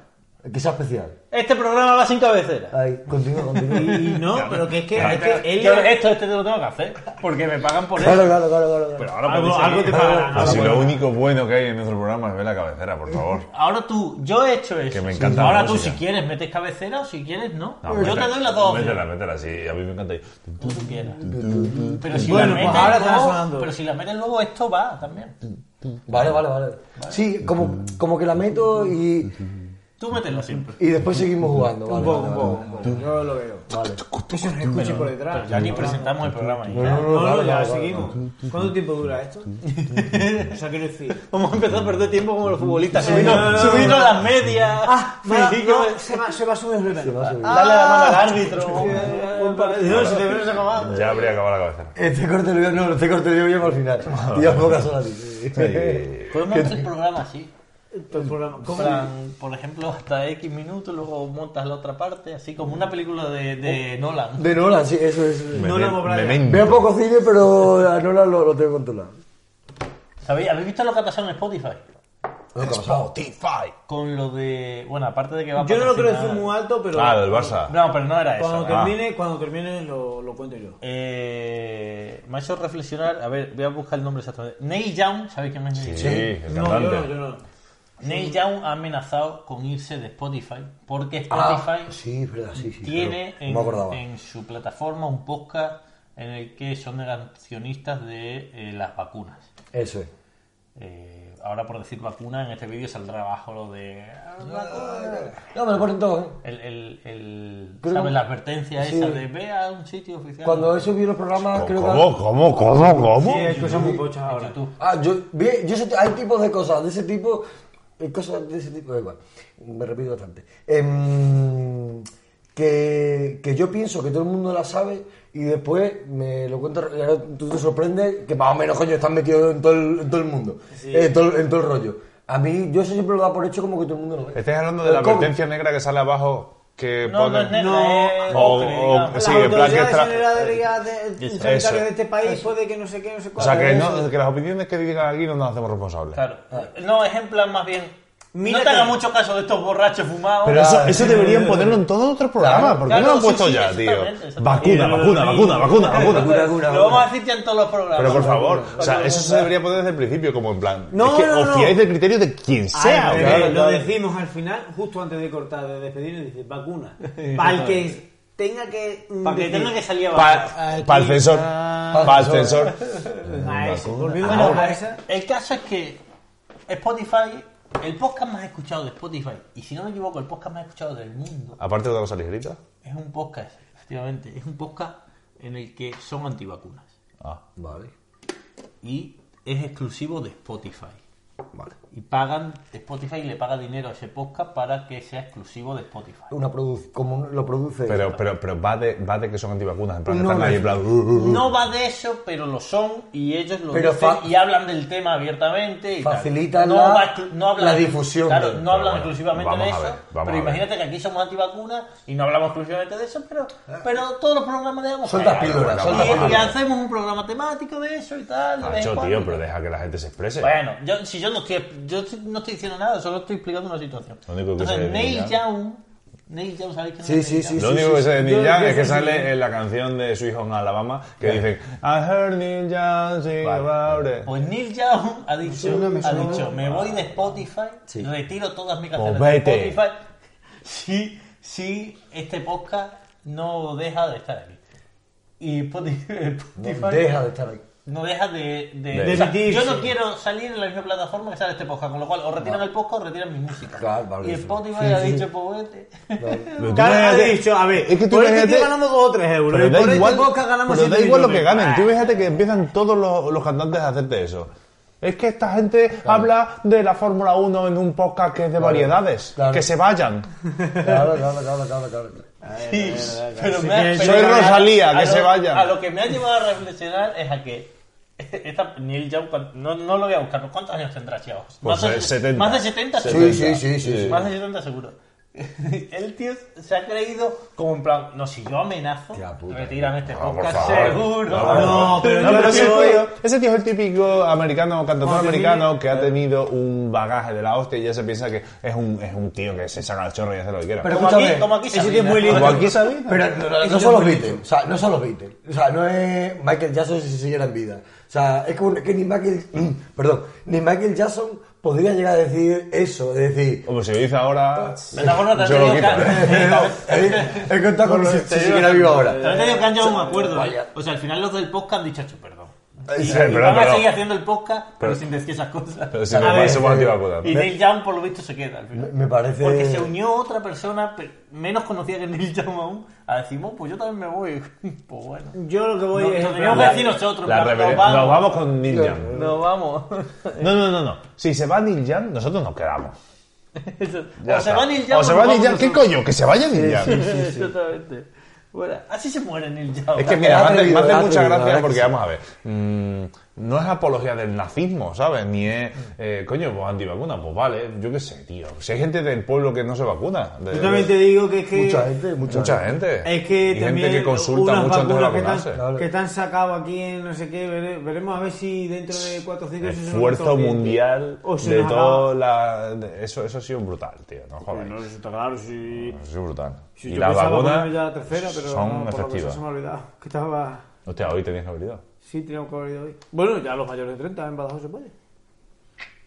Speaker 4: Que sea especial.
Speaker 3: Este programa va sin cabecera.
Speaker 4: Ahí, continúa, continúa.
Speaker 1: Y no, pero que es que, es que él-
Speaker 3: Yo esto este te lo tengo que hacer porque me pagan por
Speaker 4: Claro,
Speaker 3: eso.
Speaker 4: claro, claro, claro. claro.
Speaker 2: Pero ahora
Speaker 1: algo,
Speaker 2: podéis
Speaker 1: algo
Speaker 2: seguir.
Speaker 1: te pagarán.
Speaker 2: Así
Speaker 1: algo.
Speaker 2: lo único bueno que hay en nuestro programa es ver la cabecera, por favor.
Speaker 3: Ahora tú, yo he hecho eso.
Speaker 2: Que me encanta la
Speaker 3: Ahora tú,
Speaker 2: música.
Speaker 3: si quieres, metes cabecera o si quieres, no.
Speaker 1: Ah,
Speaker 2: No,
Speaker 3: yo
Speaker 2: métela,
Speaker 3: te doy las dos opciones.
Speaker 2: Métela, métela, sí, a mí me encanta.
Speaker 3: Tú tú quieras. Pero si
Speaker 1: Bueno,
Speaker 3: la
Speaker 1: pues
Speaker 3: metes
Speaker 1: ahora está sonando.
Speaker 3: luego, pero si la metes luego, esto va también.
Speaker 4: Vale, vale, vale. Sí, como, como que la meto y,
Speaker 3: Tú mételo siempre.
Speaker 4: y después seguimos jugando. Vale,
Speaker 1: Un poco,
Speaker 4: vale,
Speaker 1: un
Speaker 4: vale.
Speaker 1: poco, un poco. Yo lo veo.
Speaker 4: Vale.
Speaker 1: Eso se escuche por
Speaker 3: Pero
Speaker 1: detrás.
Speaker 3: ya aquí presentamos el programa. y ya.
Speaker 4: No,
Speaker 1: No, no,
Speaker 4: claro,
Speaker 1: ya
Speaker 4: claro,
Speaker 1: seguimos. ¿Cuánto tiempo dura esto? o sea, quiero decir.
Speaker 3: Vamos a empezar a perder tiempo como los futbolistas. Subiendo,
Speaker 1: no, no,
Speaker 3: subiendo las medias.
Speaker 1: Ah, me
Speaker 3: Fingir que-
Speaker 1: se, va, se va a subir el nivel.
Speaker 4: claro.
Speaker 3: Dale la mano al
Speaker 1: Ah.
Speaker 3: árbitro.
Speaker 1: No, si te ves acabado.
Speaker 2: Ya habría acabado la cabecera.
Speaker 4: Este corte lo llevo, no, este corte lo llevo al final. Y ya pocas horas. Sí.
Speaker 2: Sí.
Speaker 3: Podemos hacer el programa así.
Speaker 1: ¿Cómo?
Speaker 3: Plan, por ejemplo, hasta X minutos, luego montas la otra parte, así como una película de, de Nolan.
Speaker 4: De Nolan, sí, eso es.
Speaker 1: No lo hemos hablado ya.
Speaker 2: Memento.
Speaker 4: Veo poco cine, pero a Nolan lo, lo tengo controlado.
Speaker 3: ¿Sabéis? ¿Habéis visto lo que ha pasado en Spotify?
Speaker 4: Lo que ha pasado.
Speaker 2: Spotify.
Speaker 3: Con lo de. Bueno, aparte de que va a
Speaker 1: Yo no lo quiero
Speaker 3: patrocinar-
Speaker 1: decir muy alto, pero.
Speaker 2: Ah, del Barça.
Speaker 3: No, pero no era
Speaker 1: Cuando
Speaker 3: eso.
Speaker 2: Ah.
Speaker 1: termine, cuando termine lo, lo cuento yo.
Speaker 3: Eh, me ha hecho reflexionar. A ver, voy a buscar el nombre exactamente. Neil Young, ¿sabéis quién es Neil
Speaker 2: Sí,
Speaker 3: Young?
Speaker 1: No,
Speaker 2: el
Speaker 1: yo no,
Speaker 2: cantante.
Speaker 1: yo no.
Speaker 3: Neil Young ha amenazado con irse de Spotify porque Spotify
Speaker 4: Ah, Sí, es verdad, sí, sí.
Speaker 3: tiene
Speaker 4: pero
Speaker 3: en,
Speaker 4: No me acordaba.
Speaker 3: en su plataforma un podcast en el que son negacionistas de eh, las vacunas.
Speaker 4: Eso es.
Speaker 3: Eh, ahora por decir vacuna, en este vídeo saldrá abajo lo de... "Ah,
Speaker 4: No, me lo ponen todo, ¿eh?
Speaker 3: El, el, el-
Speaker 4: Creo-
Speaker 3: ¿Sabes? La advertencia
Speaker 4: sí.
Speaker 3: esa de ve a un sitio oficial. Ah,
Speaker 4: Cuando he subido los programas, creo que.
Speaker 2: ¿Cómo, cómo, cómo, cómo?
Speaker 1: Sí, hay cosas muy pochas
Speaker 3: En
Speaker 1: ahora.
Speaker 3: YouTube.
Speaker 4: Ah, yo, bien, yo sé- hay tipos de cosas de ese tipo, eh, cosas de ese tipo, da igual, me repito bastante. Em, que, que yo pienso que todo el mundo la sabe y después me lo cuento, y ahora tú te sorprendes que más o menos, coño, estás metido en todo el, en todo el mundo, eh, en, todo, el- en todo el rollo. A mí, yo eso siempre lo da por hecho como que todo el mundo lo ve.
Speaker 2: Estás hablando de la
Speaker 4: El COVID.
Speaker 2: advertencia negra que sale abajo que
Speaker 3: No, no
Speaker 2: pone-
Speaker 3: es eh, negra,
Speaker 1: No,
Speaker 3: es
Speaker 2: o-
Speaker 3: ocre,
Speaker 2: o-
Speaker 3: digamos.
Speaker 2: sí,
Speaker 1: las
Speaker 2: en plan que
Speaker 1: autoridades
Speaker 2: tra- eh,
Speaker 1: sanitarias de,
Speaker 3: Eso.
Speaker 1: sanitarias de este país puede que no sé qué, no sé
Speaker 2: O
Speaker 1: cuál.
Speaker 2: sea, que, no- que las opiniones que digan aquí no nos hacemos responsables.
Speaker 3: Claro. Ah. No, es en plan más bien.
Speaker 1: Mira
Speaker 3: no te
Speaker 1: que-
Speaker 3: hagas mucho caso de estos borrachos fumados.
Speaker 2: Pero eso,
Speaker 4: Claro,
Speaker 2: eso
Speaker 4: sí,
Speaker 2: deberían
Speaker 4: sí,
Speaker 2: ponerlo
Speaker 4: sí.
Speaker 2: en todos otros programas. ¿Por qué
Speaker 3: claro,
Speaker 2: no lo han
Speaker 3: sí,
Speaker 2: puesto
Speaker 3: sí,
Speaker 2: ya, tío?
Speaker 3: exactamente, exactamente.
Speaker 2: Vacuna, vacuna, vacuna, vacuna, vacuna.
Speaker 4: Alguna, alguna,
Speaker 3: Lo vamos
Speaker 4: alguna.
Speaker 3: a decir ya en todos los programas.
Speaker 2: Pero por favor,
Speaker 3: Porque
Speaker 2: o sea,
Speaker 3: lo
Speaker 2: eso
Speaker 3: vamos
Speaker 2: se
Speaker 3: a-
Speaker 2: debería poner desde el principio, como en plan.
Speaker 1: No,
Speaker 2: es que
Speaker 1: no,
Speaker 2: os
Speaker 1: no.
Speaker 2: fiáis del criterio de quien sea.
Speaker 1: Al
Speaker 2: ¿ok?
Speaker 1: revés,
Speaker 4: claro.
Speaker 1: Lo decimos al final, justo antes de cortar, de despedirnos, dice vacuna. Para el que tenga que.
Speaker 3: Para que
Speaker 1: decir,
Speaker 3: tenga que salir a vacunar.
Speaker 2: Pa- Para el censor. Para el censor.
Speaker 1: A ese, volviendo
Speaker 3: Bueno,
Speaker 1: a esa.
Speaker 3: el caso es que Spotify, el podcast más escuchado de Spotify, y si no me equivoco, el podcast más escuchado del mundo,
Speaker 2: Aparte de otra cosa ligerita.
Speaker 3: es un podcast, efectivamente, es un podcast en el que son antivacunas.
Speaker 2: Ah.
Speaker 4: Vale,
Speaker 3: Y es exclusivo de Spotify.
Speaker 4: vale.
Speaker 3: Y pagan, Spotify le paga dinero a ese podcast para que sea exclusivo de Spotify.
Speaker 4: Una produ- como lo produce.
Speaker 2: Pero, pero, pero va, de, va de que son antivacunas. En plan,
Speaker 4: No,
Speaker 2: están
Speaker 4: no.
Speaker 2: ahí en plan. "Uh, uh, uh".
Speaker 3: No va de eso, pero lo son y ellos lo
Speaker 4: Pero
Speaker 3: dicen
Speaker 4: fa-
Speaker 3: y hablan del tema abiertamente. Y tal.
Speaker 4: Facilitan
Speaker 3: No
Speaker 4: la-
Speaker 3: va exclu- no hablan-
Speaker 4: la difusión
Speaker 3: Claro,
Speaker 4: del-
Speaker 3: no hablan
Speaker 2: bueno,
Speaker 3: exclusivamente de
Speaker 2: vamos a
Speaker 3: eso.
Speaker 2: ver, vamos
Speaker 3: pero
Speaker 2: a ver.
Speaker 3: imagínate que aquí somos antivacunas y no hablamos exclusivamente de eso, pero, pero todos los programas de algo.
Speaker 4: Sueltas
Speaker 3: Claro,
Speaker 4: Ah. píldoras,
Speaker 3: bueno,
Speaker 4: sueltas
Speaker 3: y- y,
Speaker 4: píldoras.
Speaker 3: hacemos un programa temático de eso y tal. de vez en
Speaker 2: Nacho,
Speaker 3: cuando.
Speaker 2: tío, pero deja que la gente se exprese.
Speaker 3: Bueno, yo, si yo no estoy, yo estoy- no estoy diciendo nada, solo estoy explicando una situación.
Speaker 2: Lo único que sé
Speaker 3: Entonces,
Speaker 2: de
Speaker 3: Neil
Speaker 2: Neil
Speaker 3: Young, Neil Young, ¿sabéis quién
Speaker 4: Sí,
Speaker 3: es
Speaker 4: sí,
Speaker 3: Neil
Speaker 4: sí,
Speaker 3: Young?
Speaker 2: Lo
Speaker 4: sí,
Speaker 2: único
Speaker 4: sí,
Speaker 2: que sé de
Speaker 4: sí.
Speaker 2: Neil
Speaker 4: Yo-
Speaker 2: Young
Speaker 4: yo
Speaker 2: es que
Speaker 4: sí,
Speaker 2: sale en la canción de Su hijo en Alabama que dicen I heard Neil Young sing
Speaker 4: Vale.
Speaker 2: about it.
Speaker 3: Pues Neil Young ha dicho,
Speaker 1: suena, me
Speaker 3: ha
Speaker 1: suena.
Speaker 3: dicho, me voy de Spotify,
Speaker 4: Sí.
Speaker 3: retiro todas mis
Speaker 2: Pues
Speaker 3: canciones de
Speaker 2: vete.
Speaker 3: Spotify. Si, si este podcast no deja de estar aquí. Y Spotify
Speaker 4: No deja de estar ahí.
Speaker 3: no deja de... de-
Speaker 2: De
Speaker 3: o sea, yo
Speaker 1: emitirse.
Speaker 3: no quiero salir en la misma plataforma que sale este podcast, con lo cual o retiran el podcast o retiran mi música.
Speaker 4: Claro, vale,
Speaker 3: y
Speaker 4: sí.
Speaker 3: Spotify
Speaker 4: Sí,
Speaker 3: ha
Speaker 4: sí.
Speaker 3: dicho, pues vete.
Speaker 2: Pero tú
Speaker 1: Claro, ha
Speaker 2: imagínate-
Speaker 1: dicho, a ver,
Speaker 2: es que tú
Speaker 1: por este
Speaker 2: imagínate-
Speaker 1: tío ganamos 2 o 3 euros.
Speaker 2: Pero
Speaker 1: y
Speaker 2: da
Speaker 1: por
Speaker 2: igual,
Speaker 1: este podcast ganamos
Speaker 2: pero da
Speaker 1: 7
Speaker 2: igual lo que
Speaker 1: millones.
Speaker 2: ganen. Tú
Speaker 1: Ah,
Speaker 2: fíjate que empiezan todos los, los cantantes a hacerte eso. Es que esta gente habla de la Fórmula 1 en un podcast que es de variedades.
Speaker 4: claro.
Speaker 2: Que se vayan.
Speaker 4: Claro, claro, claro, claro, claro.
Speaker 3: Sí, pero
Speaker 1: Sí,
Speaker 3: me ha-
Speaker 1: que
Speaker 3: pero
Speaker 2: soy
Speaker 3: me ha-
Speaker 2: Rosalía,
Speaker 3: a
Speaker 2: que
Speaker 3: lo-
Speaker 2: se vayan.
Speaker 3: A lo que me ha llevado a reflexionar es a que esta, Neil Young, cuan- no, no lo voy a buscar, ¿no? ¿cuántos años tendrá, chavos?
Speaker 2: Pues,
Speaker 3: más, de,
Speaker 2: eh, 70.
Speaker 3: más de 70,
Speaker 4: Sí,
Speaker 3: seguro.
Speaker 4: sí, sí, sí.
Speaker 3: Más de 70 seguro. El tío se ha creído como en plan, no, si yo amenazo,
Speaker 4: Tía puta.
Speaker 3: retiran este
Speaker 2: eh. por
Speaker 3: podcast,
Speaker 2: favor.
Speaker 3: seguro.
Speaker 2: No, por
Speaker 1: No, pero
Speaker 2: No,
Speaker 1: yo
Speaker 2: pero
Speaker 1: lo
Speaker 2: ese
Speaker 1: que voy-
Speaker 2: tío, ese tío es el típico americano, cantautor
Speaker 1: Cuando
Speaker 2: americano
Speaker 1: termine-
Speaker 2: que ha tenido un bagaje de la hostia y ya se piensa que es un, es un tío que se saca el chorro y hace lo que quiera.
Speaker 4: Pero
Speaker 3: Como aquí,
Speaker 4: escúchame,
Speaker 3: como aquí
Speaker 1: ese tío
Speaker 3: Sabina.
Speaker 1: es muy lindo.
Speaker 2: Como aquí sabéis.
Speaker 4: Pero no, no, no son los Beatles, o sea, no son los Beatles, o sea, no es Michael Jackson si siguiera en vida. O sea, es que, un- que ni Michael, perdón, ni Michael Jackson podría llegar a decir eso, es decir,
Speaker 2: Como se lo dice ahora.
Speaker 3: Plataforma
Speaker 2: yo lo
Speaker 3: también,
Speaker 2: quito.
Speaker 3: claro.
Speaker 4: eh, he contado con si, si siguiera vivo
Speaker 3: Pero
Speaker 4: ahora.
Speaker 3: te digo que han llegado a un acuerdo. ¿eh?
Speaker 4: Vaya.
Speaker 3: O sea, al final los del podcast han dicho, "Chu, perdón.
Speaker 2: Sí,
Speaker 3: Y
Speaker 2: pero-
Speaker 3: van a
Speaker 2: pero-
Speaker 3: seguir haciendo el podcast, pero,
Speaker 2: Eh, pero-
Speaker 3: sin decir esas cosas.
Speaker 2: Pero si
Speaker 3: A
Speaker 2: me
Speaker 3: ver,
Speaker 2: parece muy antivacunas.
Speaker 3: Y Neil Young, por lo visto, se queda. al final.
Speaker 4: Me parece-
Speaker 3: Porque se unió otra persona pe- menos conocida que Neil Young aún a decir, "Bueno, pues yo también me voy. pues bueno.
Speaker 1: Yo lo que voy
Speaker 3: No,
Speaker 1: es.
Speaker 3: no teníamos
Speaker 1: La-
Speaker 3: que decir nosotros,
Speaker 2: La
Speaker 3: pero
Speaker 2: rever-
Speaker 3: nos vamos.
Speaker 2: Nos vamos con Neil Young.
Speaker 3: Nos vamos.
Speaker 2: No, no, no, no. Si se va Neil Young, nosotros nos quedamos.
Speaker 3: Eso-
Speaker 2: Ya
Speaker 3: o se
Speaker 2: está.
Speaker 3: va Neil Young.
Speaker 2: O se
Speaker 3: nos
Speaker 2: va
Speaker 3: vamos
Speaker 2: Neil Young. ¿Qué
Speaker 3: nosotros.
Speaker 2: coño? Que se vaya Neil Young.
Speaker 3: Exactamente. Bueno, así se muere Neil Young.
Speaker 2: Es que mira, me hace, me
Speaker 4: atrevido,
Speaker 2: hace
Speaker 4: ha
Speaker 2: mucha
Speaker 4: atrevido,
Speaker 2: gracia
Speaker 4: ¿verdad
Speaker 2: porque,
Speaker 4: que sí?
Speaker 2: vamos a ver, mm, no es apología del nazismo, ¿sabes? Ni es, eh, coño, pues antivacuna, pues vale, yo qué sé, tío. Si hay gente del pueblo que no se vacuna. de-
Speaker 1: Yo también te digo que es que.
Speaker 4: Mucha gente, mucha,
Speaker 2: mucha
Speaker 4: gente.
Speaker 2: gente.
Speaker 1: Es que
Speaker 2: Y
Speaker 1: también
Speaker 2: gente que consulta
Speaker 1: unas
Speaker 2: mucho antes de
Speaker 1: vacunas que
Speaker 2: vacunarse.
Speaker 1: tan- que están sacado aquí en no sé qué, vere- veremos a ver si dentro de 4 o 5
Speaker 2: El esfuerzo mundial de todo la... de- eso, eso ha sido brutal, tío. No jodas.
Speaker 1: No, eso está claro, sí.
Speaker 2: Eso ha sido brutal.
Speaker 1: Sí,
Speaker 2: y
Speaker 1: yo
Speaker 2: las
Speaker 1: pensaba ponerme
Speaker 2: vacunas
Speaker 1: ya la tercera, pero
Speaker 2: son
Speaker 1: no, por lo que sea,
Speaker 2: efectivas.
Speaker 1: se me ha olvidado. Que estaba...
Speaker 2: Hostia, hoy tenías que haber ido.
Speaker 1: Sí, teníamos que haber ido hoy. Bueno, ya los mayores de 30 en Badajoz se puede.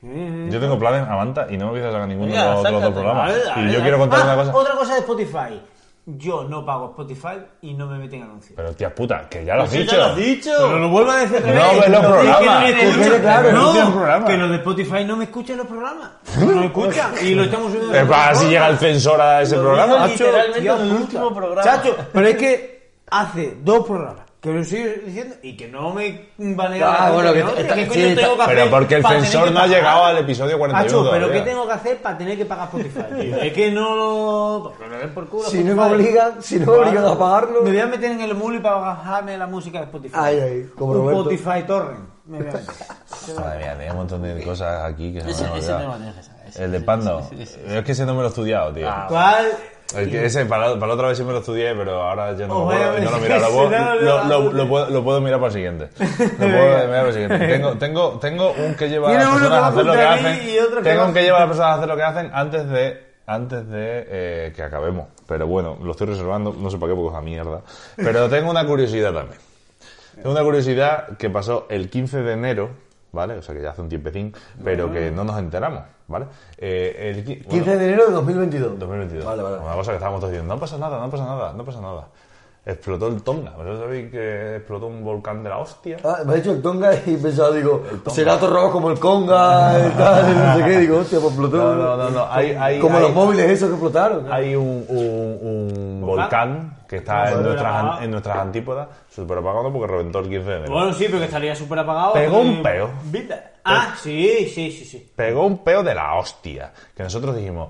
Speaker 1: Eh,
Speaker 2: Yo tengo planes a Manta y no me voy a sacar ninguno
Speaker 3: Venga,
Speaker 2: de los otros dos
Speaker 3: sácate.
Speaker 2: programas.
Speaker 1: A ver, a
Speaker 2: Y
Speaker 1: ver,
Speaker 2: yo
Speaker 1: a
Speaker 2: quiero
Speaker 1: ver.
Speaker 2: contar
Speaker 1: Ah,
Speaker 2: una cosa.
Speaker 1: Otra cosa de Spotify. Yo no pago Spotify y no me meten anuncios.
Speaker 2: Pero tías puta, que
Speaker 1: Pues
Speaker 2: ya lo has
Speaker 3: Sí,
Speaker 2: dicho.
Speaker 3: ya lo has dicho.
Speaker 1: Pero lo vuelvo a decir otra
Speaker 2: No
Speaker 1: vez.
Speaker 2: ves los
Speaker 1: Es que
Speaker 2: programas.
Speaker 1: no me
Speaker 2: Que
Speaker 1: escuchan.
Speaker 4: quede claro,
Speaker 2: no tienes
Speaker 1: No,
Speaker 2: programas.
Speaker 1: que los de Spotify no me escuchan los programas. No lo escuchan. Y lo estamos subiendo.
Speaker 2: Es para si llega el censor a ese programa.
Speaker 3: dijo literalmente en el último programa.
Speaker 1: Chacho, pero es que hace dos programas que lo sigo diciendo y que no me banean.
Speaker 4: Ah,
Speaker 1: la cuenta
Speaker 4: bueno, que
Speaker 1: no,
Speaker 4: está-
Speaker 1: ¿qué
Speaker 4: sí,
Speaker 1: coño
Speaker 4: está-
Speaker 1: tengo que
Speaker 2: Pero
Speaker 1: hacer
Speaker 2: porque el
Speaker 1: para tener
Speaker 2: censor
Speaker 1: que
Speaker 2: no ha
Speaker 1: pagar?
Speaker 2: llegado al episodio 41
Speaker 1: Chacho, pero ¿qué
Speaker 2: todavía.
Speaker 1: tengo que hacer para tener que pagar Spotify? tío? es que no lo... Porque me ven por culo.
Speaker 4: Si no me
Speaker 1: Spotify.
Speaker 4: obligan, si no me obligan a pagarlo.
Speaker 1: Me voy a meter en el muli para bajarme la música de Spotify.
Speaker 4: Ay, ay, como
Speaker 1: Un
Speaker 4: Roberto.
Speaker 1: Spotify Torrent. Me voy a meter.
Speaker 2: Madre mía, tenía un montón de cosas aquí que se me
Speaker 3: Ese-
Speaker 2: han
Speaker 3: ese
Speaker 2: olvidado.
Speaker 3: tema tienes que saber, ese-
Speaker 2: El de
Speaker 3: ese-
Speaker 2: Pando.
Speaker 3: ese- ese-
Speaker 2: Es que ese no me lo he estudiado, tío.
Speaker 1: Ah, ¿Cuál?
Speaker 2: El que- ese para, para la otra vez sí me lo estudié, pero ahora ya no
Speaker 1: Oh,
Speaker 2: me acuerdo.
Speaker 1: vaya,
Speaker 2: y No lo
Speaker 1: ese
Speaker 2: miro, lo, puedo-
Speaker 1: no lo-
Speaker 2: lo- lo- lo puedo, lo puedo mirar para el siguiente. Lo puedo mirar para el siguiente. Tengo, tengo, tengo un que lleva a
Speaker 1: Mira
Speaker 2: las
Speaker 1: uno que
Speaker 2: personas
Speaker 1: va
Speaker 2: a hacer lo que
Speaker 1: junto a mí
Speaker 2: hacen.
Speaker 1: y otro que
Speaker 2: Tengo
Speaker 1: va-
Speaker 2: un que lleva a las personas a hacer lo que hacen antes de antes de eh, que acabemos. Pero bueno, lo estoy reservando, no sé para qué, porque es una mierda. Pero tengo una curiosidad también. Tengo una curiosidad que pasó el 15 de enero, ¿vale? O sea que ya hace un tiempecín, pero que no nos enteramos, ¿vale? Eh, el, qui-
Speaker 4: 15 de enero de 2022.
Speaker 2: 2022.
Speaker 4: Vale, vale.
Speaker 2: Una cosa que estábamos todos diciendo, no pasa nada, no pasa nada, no pasa nada. Explotó el Tonga. ¿Vosotros sabéis que explotó un volcán de la hostia?
Speaker 4: Ah, me ha dicho el Tonga y he pensado, digo, será Torrobos como el Conga y tal, no sé qué. Digo, hostia, pues explotó.
Speaker 2: No, no, no, no, hay- hay-
Speaker 4: como
Speaker 2: hay-
Speaker 4: los móviles esos que explotaron.
Speaker 2: Hay un, un- un volcán que está en nuestras, en nuestras antípodas, super apagado porque reventó el 15 de enero.
Speaker 1: Bueno, sí, pero que estaría súper apagado.
Speaker 2: Pegó un peo.
Speaker 1: Vida. Ah, sí, sí, sí, sí.
Speaker 2: Pegó un peo de la hostia. Que nosotros dijimos.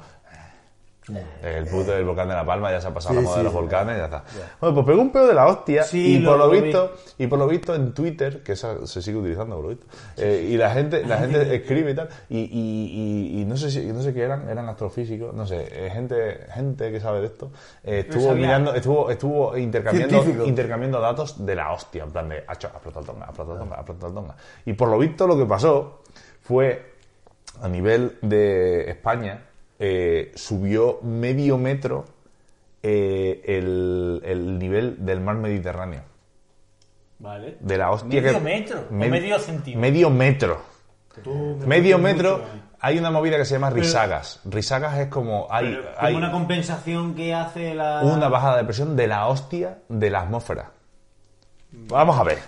Speaker 2: El puto del volcán de La Palma ya se ha pasado la
Speaker 4: Sí,
Speaker 2: moda
Speaker 4: sí,
Speaker 2: de los
Speaker 4: sí.
Speaker 2: volcanes ya está. Bueno, pues pegó un peo de la hostia
Speaker 1: Sí,
Speaker 2: y
Speaker 1: lo-
Speaker 2: por lo,
Speaker 1: lo vi.
Speaker 2: visto, y por lo visto en Twitter, que esa se sigue utilizando por lo visto, eh, y la gente, la gente escribe y tal, y, y- y- y no sé si, no sé qué eran, eran astrofísicos, no sé, eh, gente, gente que sabe de esto, eh, estuvo
Speaker 1: sabía.
Speaker 2: mirando, estuvo, estuvo intercambiando,
Speaker 4: Científico.
Speaker 2: intercambiando datos de la hostia, en plan de, ha hecho, ha explotado el tonga, ha explotado el tonga, ha explotado el tonga. Y por lo visto lo que pasó fue, a nivel de España, eh, subió medio metro eh, el, el nivel del mar Mediterráneo.
Speaker 1: Vale.
Speaker 2: De la hostia
Speaker 3: ¿Medio
Speaker 2: que-
Speaker 3: metro? ¿O
Speaker 2: Med-
Speaker 3: medio centímetro?
Speaker 2: Medio metro. Medio metro. Hay una movida que se llama risagas. Risagas es como... Hay,
Speaker 1: Pero como
Speaker 2: hay
Speaker 1: una
Speaker 2: una,
Speaker 1: compensación que hace la.
Speaker 2: bajada de presión de la hostia de la atmósfera. Vamos a ver.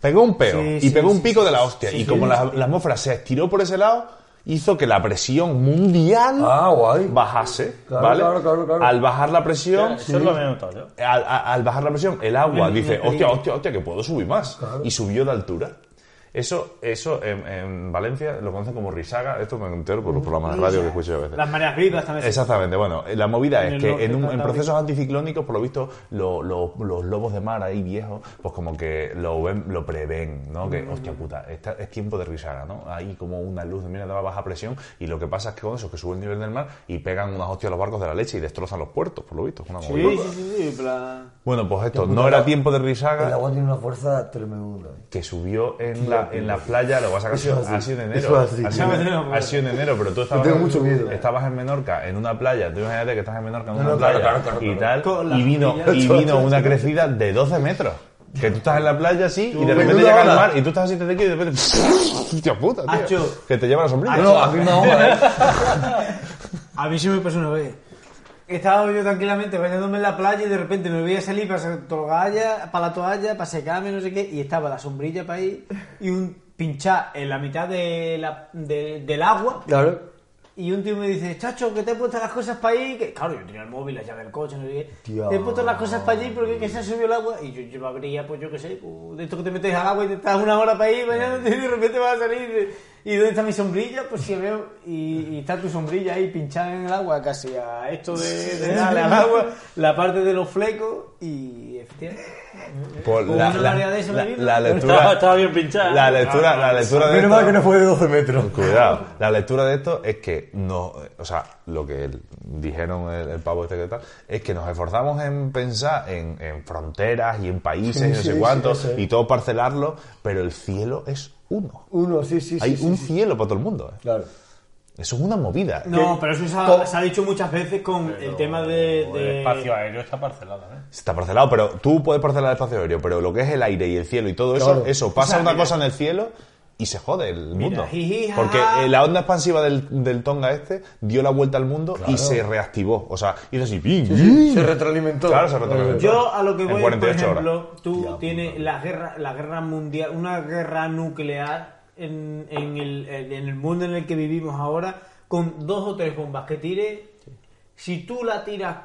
Speaker 2: Pegó un peo
Speaker 1: Sí,
Speaker 2: y
Speaker 1: sí,
Speaker 2: pegó un
Speaker 1: sí,
Speaker 2: pico
Speaker 1: sí,
Speaker 2: de la
Speaker 1: sí,
Speaker 2: hostia.
Speaker 1: sí,
Speaker 2: y
Speaker 1: sí,
Speaker 2: como la, la atmósfera se estiró por ese lado, hizo que la presión mundial
Speaker 4: Ah, guay.
Speaker 2: bajase.
Speaker 4: Claro,
Speaker 2: ¿vale?
Speaker 4: claro, claro, claro.
Speaker 2: Al bajar la presión,
Speaker 3: Eso lo había notado yo.
Speaker 2: al, a- al bajar la presión, el agua
Speaker 1: El-
Speaker 2: dice,
Speaker 1: el-
Speaker 2: hostia, hostia, hostia, que puedo subir más. Y subió de altura. Eso, eso en, en Valencia lo conocen como risaga. Esto me entero por los programas de radio que escucho a veces.
Speaker 1: Las mareas vivas también. se-
Speaker 2: Exactamente, bueno, eh, la movida
Speaker 1: En
Speaker 2: es
Speaker 1: el
Speaker 2: que
Speaker 1: norte
Speaker 2: en, un- en
Speaker 1: cantábrico.
Speaker 2: procesos anticiclónicos, por lo visto, lo- lo- los lobos de mar ahí viejos, pues como que lo ven, lo prevén, ¿no? Que,
Speaker 1: Mm.
Speaker 2: hostia puta, esta- es tiempo de risaga, ¿no? Hay como una luz de mira de baja presión y lo que pasa es que con eso, que sube el nivel del mar y pegan unas hostias a los barcos de la leche y destrozan los puertos, por lo visto. es una movida.
Speaker 1: Sí, sí, sí, sí. en plan-
Speaker 2: Bueno, pues esto, no era tiempo de
Speaker 4: El
Speaker 2: risaga
Speaker 4: agua tiene una fuerza tremenda.
Speaker 2: que subió en la, en la playa, lo vas a
Speaker 4: Eso es
Speaker 2: sacar,
Speaker 4: así.
Speaker 2: ha sido en
Speaker 4: Eso
Speaker 2: enero.
Speaker 4: es así.
Speaker 2: Ha sido en- ha sido en enero, pero tú estabas,
Speaker 4: tengo mucho miedo.
Speaker 2: estabas en Menorca, en una playa, tú imagínate que estás en Menorca, en
Speaker 4: No,
Speaker 2: una
Speaker 4: no, claro,
Speaker 2: playa
Speaker 4: claro, claro,
Speaker 2: y
Speaker 4: claro.
Speaker 1: Con
Speaker 2: tal,
Speaker 1: las
Speaker 2: y vino, y
Speaker 4: pillas.
Speaker 2: vino una crecida de 12 metros. Que tú estás en la playa así y de repente
Speaker 4: menuda
Speaker 2: llega el
Speaker 4: ola.
Speaker 2: mar y tú estás así te y de repente... ¡Hostia puta, tío!
Speaker 1: Acho.
Speaker 2: Que te lleva la sombrilla.
Speaker 4: No, a mí me ahoga, ¿eh?
Speaker 1: A mí sí me pasó una vez. Estaba yo tranquilamente bañándome en la playa y de repente me voy a salir para, sacar toalla, para la toalla, para secarme, no sé qué, y estaba la sombrilla para ahí y un pinchá en la mitad de la- de- del agua.
Speaker 4: Claro.
Speaker 1: Y un tío me dice, chacho, que te he puesto las cosas para ahí. Que, claro, yo tenía el móvil, la llave del coche, no sé qué.
Speaker 4: Tío.
Speaker 1: Te he puesto las cosas para allí porque que se ha subido el agua. Y yo, yo lo abría, pues yo qué sé, pues, de esto que te metes al agua y te estás una hora para ahí, bañándote y de repente vas a salir. y dices, ¿Y dónde está mi sombrilla? Pues si veo. Y, y está tu sombrilla ahí pinchada en el agua, casi a esto de, de darle al agua, la parte de los flecos y. efectivamente,
Speaker 2: Por
Speaker 1: Con
Speaker 2: Pues la,
Speaker 1: una
Speaker 2: la-
Speaker 1: marea de eso,
Speaker 2: la-
Speaker 1: ¿no?
Speaker 2: la
Speaker 3: Estaba,
Speaker 2: lectura...
Speaker 3: estaba bien pinchada.
Speaker 2: La lectura, la lectura de
Speaker 4: Menos
Speaker 2: esto-
Speaker 4: mal que no fue de 12 metros.
Speaker 2: Cuidado, la lectura de esto es que no, o sea, lo que el- dijeron el, el pavo este que tal, es que nos esforzamos en pensar en, en fronteras y en países y no
Speaker 4: Sí,
Speaker 2: sé
Speaker 4: sí,
Speaker 2: cuántos
Speaker 4: sí, sí.
Speaker 2: y todo parcelarlo, pero el cielo es uno.
Speaker 4: Uno, sí, sí, sí.
Speaker 2: Hay
Speaker 4: sí,
Speaker 2: un
Speaker 4: sí.
Speaker 2: cielo para todo el mundo. ¿eh?
Speaker 4: Claro.
Speaker 2: Eso es una movida.
Speaker 1: No, pero eso se ha, se ha dicho muchas veces con el tema de.
Speaker 3: O El
Speaker 1: de-
Speaker 3: espacio aéreo está parcelado, ¿eh?
Speaker 2: Está parcelado, pero tú puedes parcelar el espacio aéreo, pero lo que es el aire y el cielo y todo eso,
Speaker 4: Claro.
Speaker 2: eso pasa una cosa en el cielo y se jode el mundo.
Speaker 1: jiji, jaja.
Speaker 2: Porque eh, la onda expansiva del, del Tonga este dio la vuelta al mundo y se reactivó. O sea, hizo así, ¡bing, bing!
Speaker 4: Se retroalimentó.
Speaker 2: Claro, se retroalimentó.
Speaker 1: Yo a lo que
Speaker 2: En
Speaker 1: voy, por
Speaker 2: 48
Speaker 1: ejemplo,
Speaker 2: horas.
Speaker 1: tú tienes la guerra, la guerra mundial, una guerra nuclear en, en el, en el mundo en el que vivimos ahora, con dos o tres bombas que tires, si tú la tiras...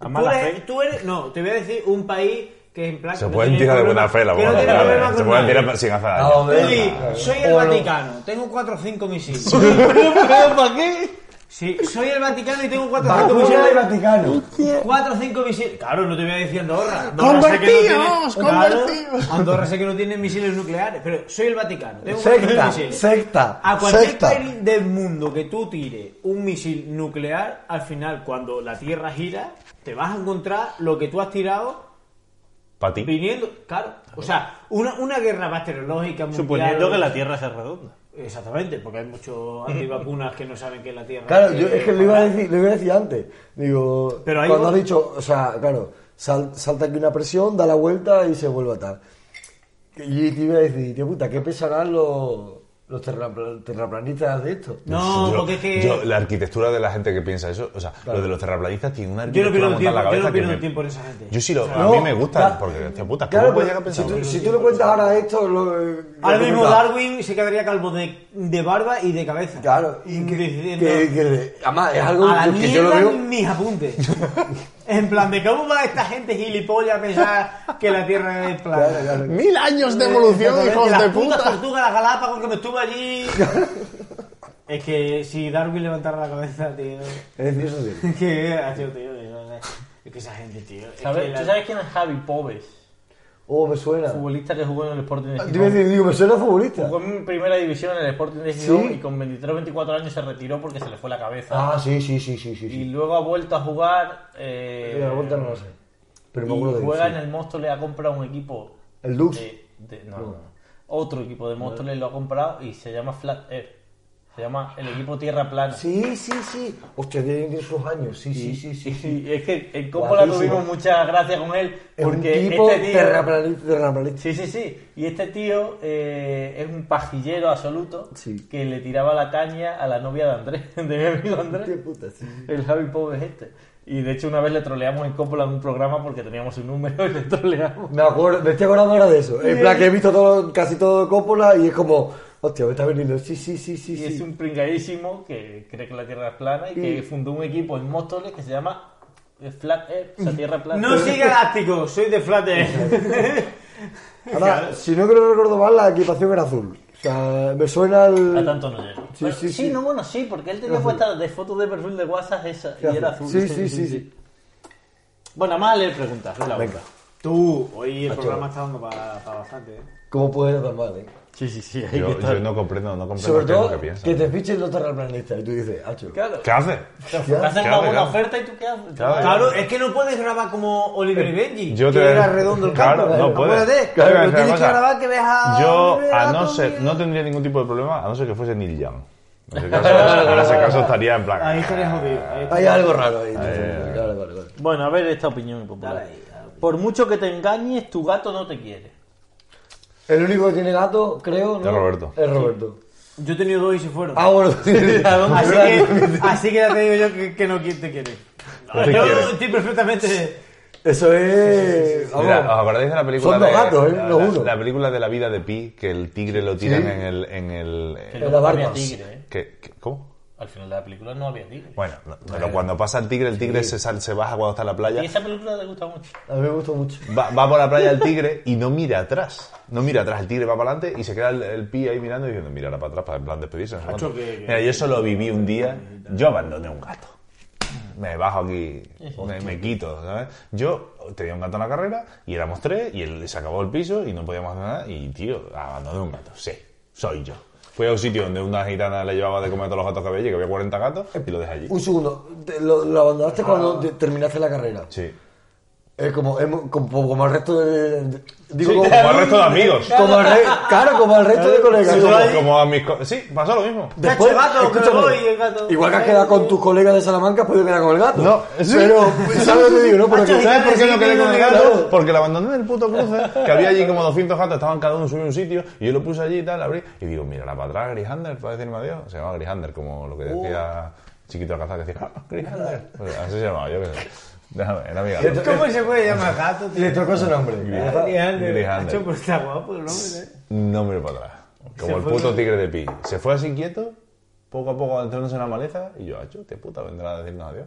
Speaker 3: A
Speaker 1: tú
Speaker 3: mala
Speaker 1: eres-
Speaker 3: fe.
Speaker 1: tú eres- no, te voy a decir un país que en plan...
Speaker 2: Se
Speaker 1: que no
Speaker 2: pueden
Speaker 1: tiene
Speaker 2: tirar de
Speaker 1: problema-
Speaker 2: buena fe, la
Speaker 1: que no
Speaker 2: bomba
Speaker 1: tiene
Speaker 2: nuclear,
Speaker 1: problema
Speaker 2: ¿eh? Se
Speaker 1: con
Speaker 2: pueden
Speaker 1: nadie.
Speaker 2: tirar sin hacer
Speaker 4: Ah,
Speaker 2: daño.
Speaker 4: hombre.
Speaker 1: Tú di, soy el
Speaker 4: Oro.
Speaker 1: Vaticano, tengo cuatro o cinco misiles. ¿Para qué? Sí, soy el Vaticano y tengo cuatro o cinco
Speaker 4: Vacuna del
Speaker 1: visiones.
Speaker 4: Vaticano.
Speaker 1: Cuatro o cinco misiles. Claro, no te voy a decir Andorra. Andorra sé que no tiene-
Speaker 5: ¡Convertidos!
Speaker 1: Claro,
Speaker 5: ¡Convertidos!
Speaker 1: Andorra sé que no tiene misiles nucleares, pero soy el Vaticano. Tengo cuatro
Speaker 4: Secta,
Speaker 1: misiles.
Speaker 4: secta,
Speaker 1: A cualquier
Speaker 4: secta.
Speaker 1: país del mundo que tú tires un misil nuclear, al final, cuando la Tierra gira, te vas a encontrar lo que tú has tirado
Speaker 2: Para ti.
Speaker 1: viniendo. Claro, o sea, una, una guerra bacteriológica mundial.
Speaker 3: Suponiendo que la Tierra sea redonda.
Speaker 1: Exactamente, porque hay muchos antivacunas que no saben que la Tierra.
Speaker 4: Claro, yo, es que lo iba a decir, lo iba a decir antes. Digo,
Speaker 1: Pero hay
Speaker 4: cuando
Speaker 1: un-
Speaker 4: has dicho, o sea, claro, sal- salta aquí una presión, da la vuelta y se vuelve a atar. Y te iba a decir, tío puta, ¿qué pensarán los, los terrapla- terraplanistas de esto?
Speaker 1: No,
Speaker 2: Yo-
Speaker 1: porque es que.
Speaker 2: yo- la arquitectura de la gente que piensa eso, o sea, lo de los terraplanistas tiene
Speaker 1: Yo
Speaker 2: una
Speaker 1: no
Speaker 2: arquitectura
Speaker 1: pierdo
Speaker 2: montada
Speaker 1: tiempo,
Speaker 2: en la
Speaker 1: yo no
Speaker 2: cabeza que
Speaker 1: pierdo
Speaker 2: me-
Speaker 1: tiempo en esa gente.
Speaker 2: Yo sí, lo, a
Speaker 4: No,
Speaker 2: mí me gusta,
Speaker 4: la-
Speaker 2: porque, hostia puta, ¿cómo
Speaker 4: Claro,
Speaker 2: puedes llegar a
Speaker 4: pero si
Speaker 2: pensar?
Speaker 4: tú,
Speaker 2: eso?
Speaker 4: si tú le cuentas ahora esto, lo, eh,
Speaker 1: Ahora
Speaker 4: lo
Speaker 1: mismo
Speaker 4: cuentas.
Speaker 1: Darwin se quedaría calvo de, de barba y de cabeza. Mm,
Speaker 4: Claro, y que,
Speaker 1: Diciendo,
Speaker 4: que- que- además es algo
Speaker 1: a la
Speaker 4: que yo lo
Speaker 1: mierda
Speaker 4: veo.
Speaker 1: mis apuntes. en plan, ¿de cómo va esta gente gilipollas a pensar que la Tierra es plana?
Speaker 4: Claro, claro.
Speaker 5: ¡Mil años
Speaker 3: Eh,
Speaker 5: de evolución,
Speaker 1: Que
Speaker 5: hijos
Speaker 1: las
Speaker 5: de
Speaker 1: putas
Speaker 5: puta!
Speaker 1: tortugas, las Galápagos, que me estuvo allí... es que si Darwin levantara la cabeza, tío...
Speaker 4: Es decir, eso sí.
Speaker 1: Es que, ha sido, tío, tío, es que esa gente, tío... es que
Speaker 3: ¿Sabes?
Speaker 1: la-
Speaker 3: ¿Tú sabes quién es Javi Pobes?
Speaker 4: Oh, me suena.
Speaker 3: Futbolista que jugó en el Sporting
Speaker 2: Ah,
Speaker 3: de
Speaker 4: Te iba a
Speaker 3: Gijón.
Speaker 4: decir, digo, me suena futbolista.
Speaker 3: Jugó en primera división en el Sporting de Gijón
Speaker 4: Sí.
Speaker 3: y con 23 o 24 años se retiró porque se le fue la cabeza.
Speaker 4: Ah, sí, sí, sí, sí, sí.
Speaker 3: Y
Speaker 4: sí.
Speaker 3: luego ha vuelto a jugar. eh,
Speaker 4: Mira, la vuelta no lo sé. Pero me
Speaker 3: y
Speaker 4: acuerdo de él,
Speaker 3: juega
Speaker 4: sí.
Speaker 3: en el Móstoles, ha comprado un equipo.
Speaker 4: ¿El Dux?
Speaker 3: de- de- no, no, no. Otro equipo de Móstoles lo ha comprado y se llama Flat Air. Se llama el equipo Tierra Plana.
Speaker 4: Sí, sí, sí. Hostia, tiene tiene sus años. Sí, sí, sí, sí.
Speaker 3: Y es que en Coppola
Speaker 4: Guapísimo.
Speaker 3: tuvimos mucha gracia con él.
Speaker 4: Es un
Speaker 3: Porque
Speaker 4: tipo
Speaker 3: este tío.
Speaker 4: terraplanista. terraplanista.
Speaker 3: Sí, sí, sí. Y este tío eh, es un pajillero absoluto
Speaker 4: Sí.
Speaker 3: que le tiraba la caña a la novia de Andrés, de mi amigo Andrés.
Speaker 4: Qué puta, sí.
Speaker 3: El Javi Pobre es este. Y de hecho una vez le troleamos en Coppola en un programa porque teníamos su número y le troleamos.
Speaker 4: Me, acuerdo, me estoy acordando ahora de eso. En plan que he visto todo, casi todo Coppola y es como, hostia, me está veniendo. Sí, sí, sí, sí.
Speaker 3: Y es
Speaker 4: sí.
Speaker 3: un pringadísimo que cree que la Tierra es plana y que fundó un equipo en Móstoles que se llama Flat Earth, o sea, Tierra Plana.
Speaker 1: No soy galáctico, soy de Flatter.
Speaker 4: Ahora, si no creo recuerdo mal, la equipación era azul. O sea, me
Speaker 3: A
Speaker 4: suena el.
Speaker 3: tanto no llega.
Speaker 4: Sí,
Speaker 3: Bueno,
Speaker 4: sí, sí.
Speaker 3: no, bueno, sí, porque él tenía puesta de fotos de perfil de WhatsApp esa y era azul.
Speaker 4: Sí, sí, sí, sí.
Speaker 3: Bueno, más a leer preguntas. es la
Speaker 4: Venga.
Speaker 3: otra.
Speaker 1: Tú, hoy el programa está dando para para bastante, ¿eh?
Speaker 4: ¿Cómo puede ser tan mal, eh?
Speaker 3: Sí, sí, sí. ahí que
Speaker 2: Yo,
Speaker 3: está.
Speaker 2: yo no comprendo, no comprendo
Speaker 4: Sobre
Speaker 2: qué es lo
Speaker 4: todo
Speaker 2: que
Speaker 4: que,
Speaker 2: piensa.
Speaker 4: te fichen los terraplanistas y tú dices, hacho.
Speaker 3: Claro.
Speaker 2: ¿Qué hace?
Speaker 3: Te hacen
Speaker 2: Claro,
Speaker 3: una buena
Speaker 2: claro.
Speaker 3: oferta y tú qué haces.
Speaker 2: Claro. Eh,
Speaker 1: Claro, es que no puedes grabar como Oliver y Benji.
Speaker 2: Yo
Speaker 1: que
Speaker 2: te-
Speaker 1: era redondo el
Speaker 2: Claro,
Speaker 1: campo.
Speaker 2: no puedes.
Speaker 1: Acuérdate,
Speaker 2: Claro,
Speaker 1: pero
Speaker 2: es
Speaker 1: tienes
Speaker 2: una
Speaker 1: que
Speaker 2: cosa.
Speaker 1: grabar que ves a.
Speaker 2: Yo,
Speaker 1: Oliver
Speaker 2: a no
Speaker 1: Atom,
Speaker 2: ser,
Speaker 1: tío.
Speaker 2: no tendría ningún tipo de problema, a no ser que fuese Neil Young. En ese caso, en ese caso estaría en plan.
Speaker 1: Ahí estaría jodido. ahí estaría-
Speaker 4: Hay algo raro
Speaker 2: Ah,
Speaker 4: ahí. Vale, vale, vale.
Speaker 3: Bueno, a ver esta opinión popular.
Speaker 1: Dale ahí, dale
Speaker 3: Por mucho que te engañes, tu gato no te quiere.
Speaker 4: El único que tiene gato, creo, ¿no?
Speaker 2: Es Roberto.
Speaker 4: Es Roberto.
Speaker 1: Yo he tenido dos y se fueron.
Speaker 4: Ah, bueno.
Speaker 1: así, que, así que ya te digo yo que, que no qui- te quiere.
Speaker 2: No te
Speaker 1: yo
Speaker 2: quiere.
Speaker 1: estoy perfectamente.
Speaker 4: Eso es... vamos.
Speaker 2: Mira, ah. ¿os acordáis de la película
Speaker 4: Son dos
Speaker 2: de,
Speaker 4: gatos, ¿eh?
Speaker 2: la,
Speaker 4: Lo
Speaker 2: la-
Speaker 4: juro.
Speaker 2: la película de la vida de Pi, que el tigre lo tiran
Speaker 4: Sí.
Speaker 2: en el... En el
Speaker 3: Que
Speaker 2: eh,
Speaker 4: Pero
Speaker 3: luego
Speaker 4: la
Speaker 3: había
Speaker 4: barba.
Speaker 3: tigre, ¿eh?
Speaker 2: que- que- ¿Cómo?
Speaker 3: Al final de la película no había tigre.
Speaker 2: Bueno, no, pero cuando pasa el tigre, el tigre se, sal- se baja cuando está en la playa.
Speaker 3: Y esa película te gusta mucho.
Speaker 4: A mí me gustó mucho.
Speaker 2: Va, va por la playa el tigre y no mira atrás. No mira atrás, el tigre va para adelante y se queda el, el pi ahí mirando y diciendo, mira ahora para atrás, para en plan despedirse. no sé cuánto". Mira, yo eso lo viví un día. Yo abandoné un gato. Me bajo aquí, me, me quito, ¿sabes? Yo tenía un gato en la carrera y éramos tres y él, se acabó el piso y no podíamos hacer nada. Y tío, abandoné un gato. Sí, soy yo. Fui a un sitio donde una gitana le llevaba de comer a todos los gatos que había, allí, que había 40 gatos, y lo dejé allí.
Speaker 4: Un segundo. Te- Lo, lo abandonaste
Speaker 3: Ah.
Speaker 4: cuando te- terminaste la carrera.
Speaker 2: Sí.
Speaker 4: Es como, es mo- como, como el resto de... de- digo,
Speaker 2: Sí,
Speaker 4: como,
Speaker 2: como el resto de amigos.
Speaker 4: como el re- claro, como el resto de colegas.
Speaker 2: Sí,
Speaker 4: Como-
Speaker 2: como, como a mis co- sí, pasó lo mismo.
Speaker 1: Cacho, gato, que me voy, el gato.
Speaker 4: Igual que has quedado con tus colegas de Salamanca, has podido quedar con el gato.
Speaker 2: No, sí.
Speaker 4: pero ¿sabes lo que te digo? No,
Speaker 1: Macho,
Speaker 4: porque
Speaker 2: ¿Sabes por qué no quedé con el gato?
Speaker 4: Claro.
Speaker 2: Porque lo abandoné en el puto cruce, que había allí como 200 gatos, estaban cada uno subido a un sitio, y yo lo puse allí y tal, abrí, y digo, mira, la para atrás, Grisander, para decirme adiós. Se llamaba Grisander, como lo que decía Chiquito Alcázar, que decía, ah, Grisander. Pues así se llamaba, yo qué sé. Déjame, era mi gato.
Speaker 1: ¿Cómo se puede llamar gato, tío?
Speaker 4: Le tocó su nombre.
Speaker 1: Leander.
Speaker 2: Leander.
Speaker 1: Macho, pues está guapo el hombre, ¿eh?
Speaker 2: No miro para atrás.
Speaker 1: Se
Speaker 2: Como el
Speaker 1: fue
Speaker 2: puto
Speaker 1: con-
Speaker 2: tigre de pi. Se fue así quieto, poco a poco entrándose en la maleza, y yo, hacho, te puta, vendrá a decirnos adiós.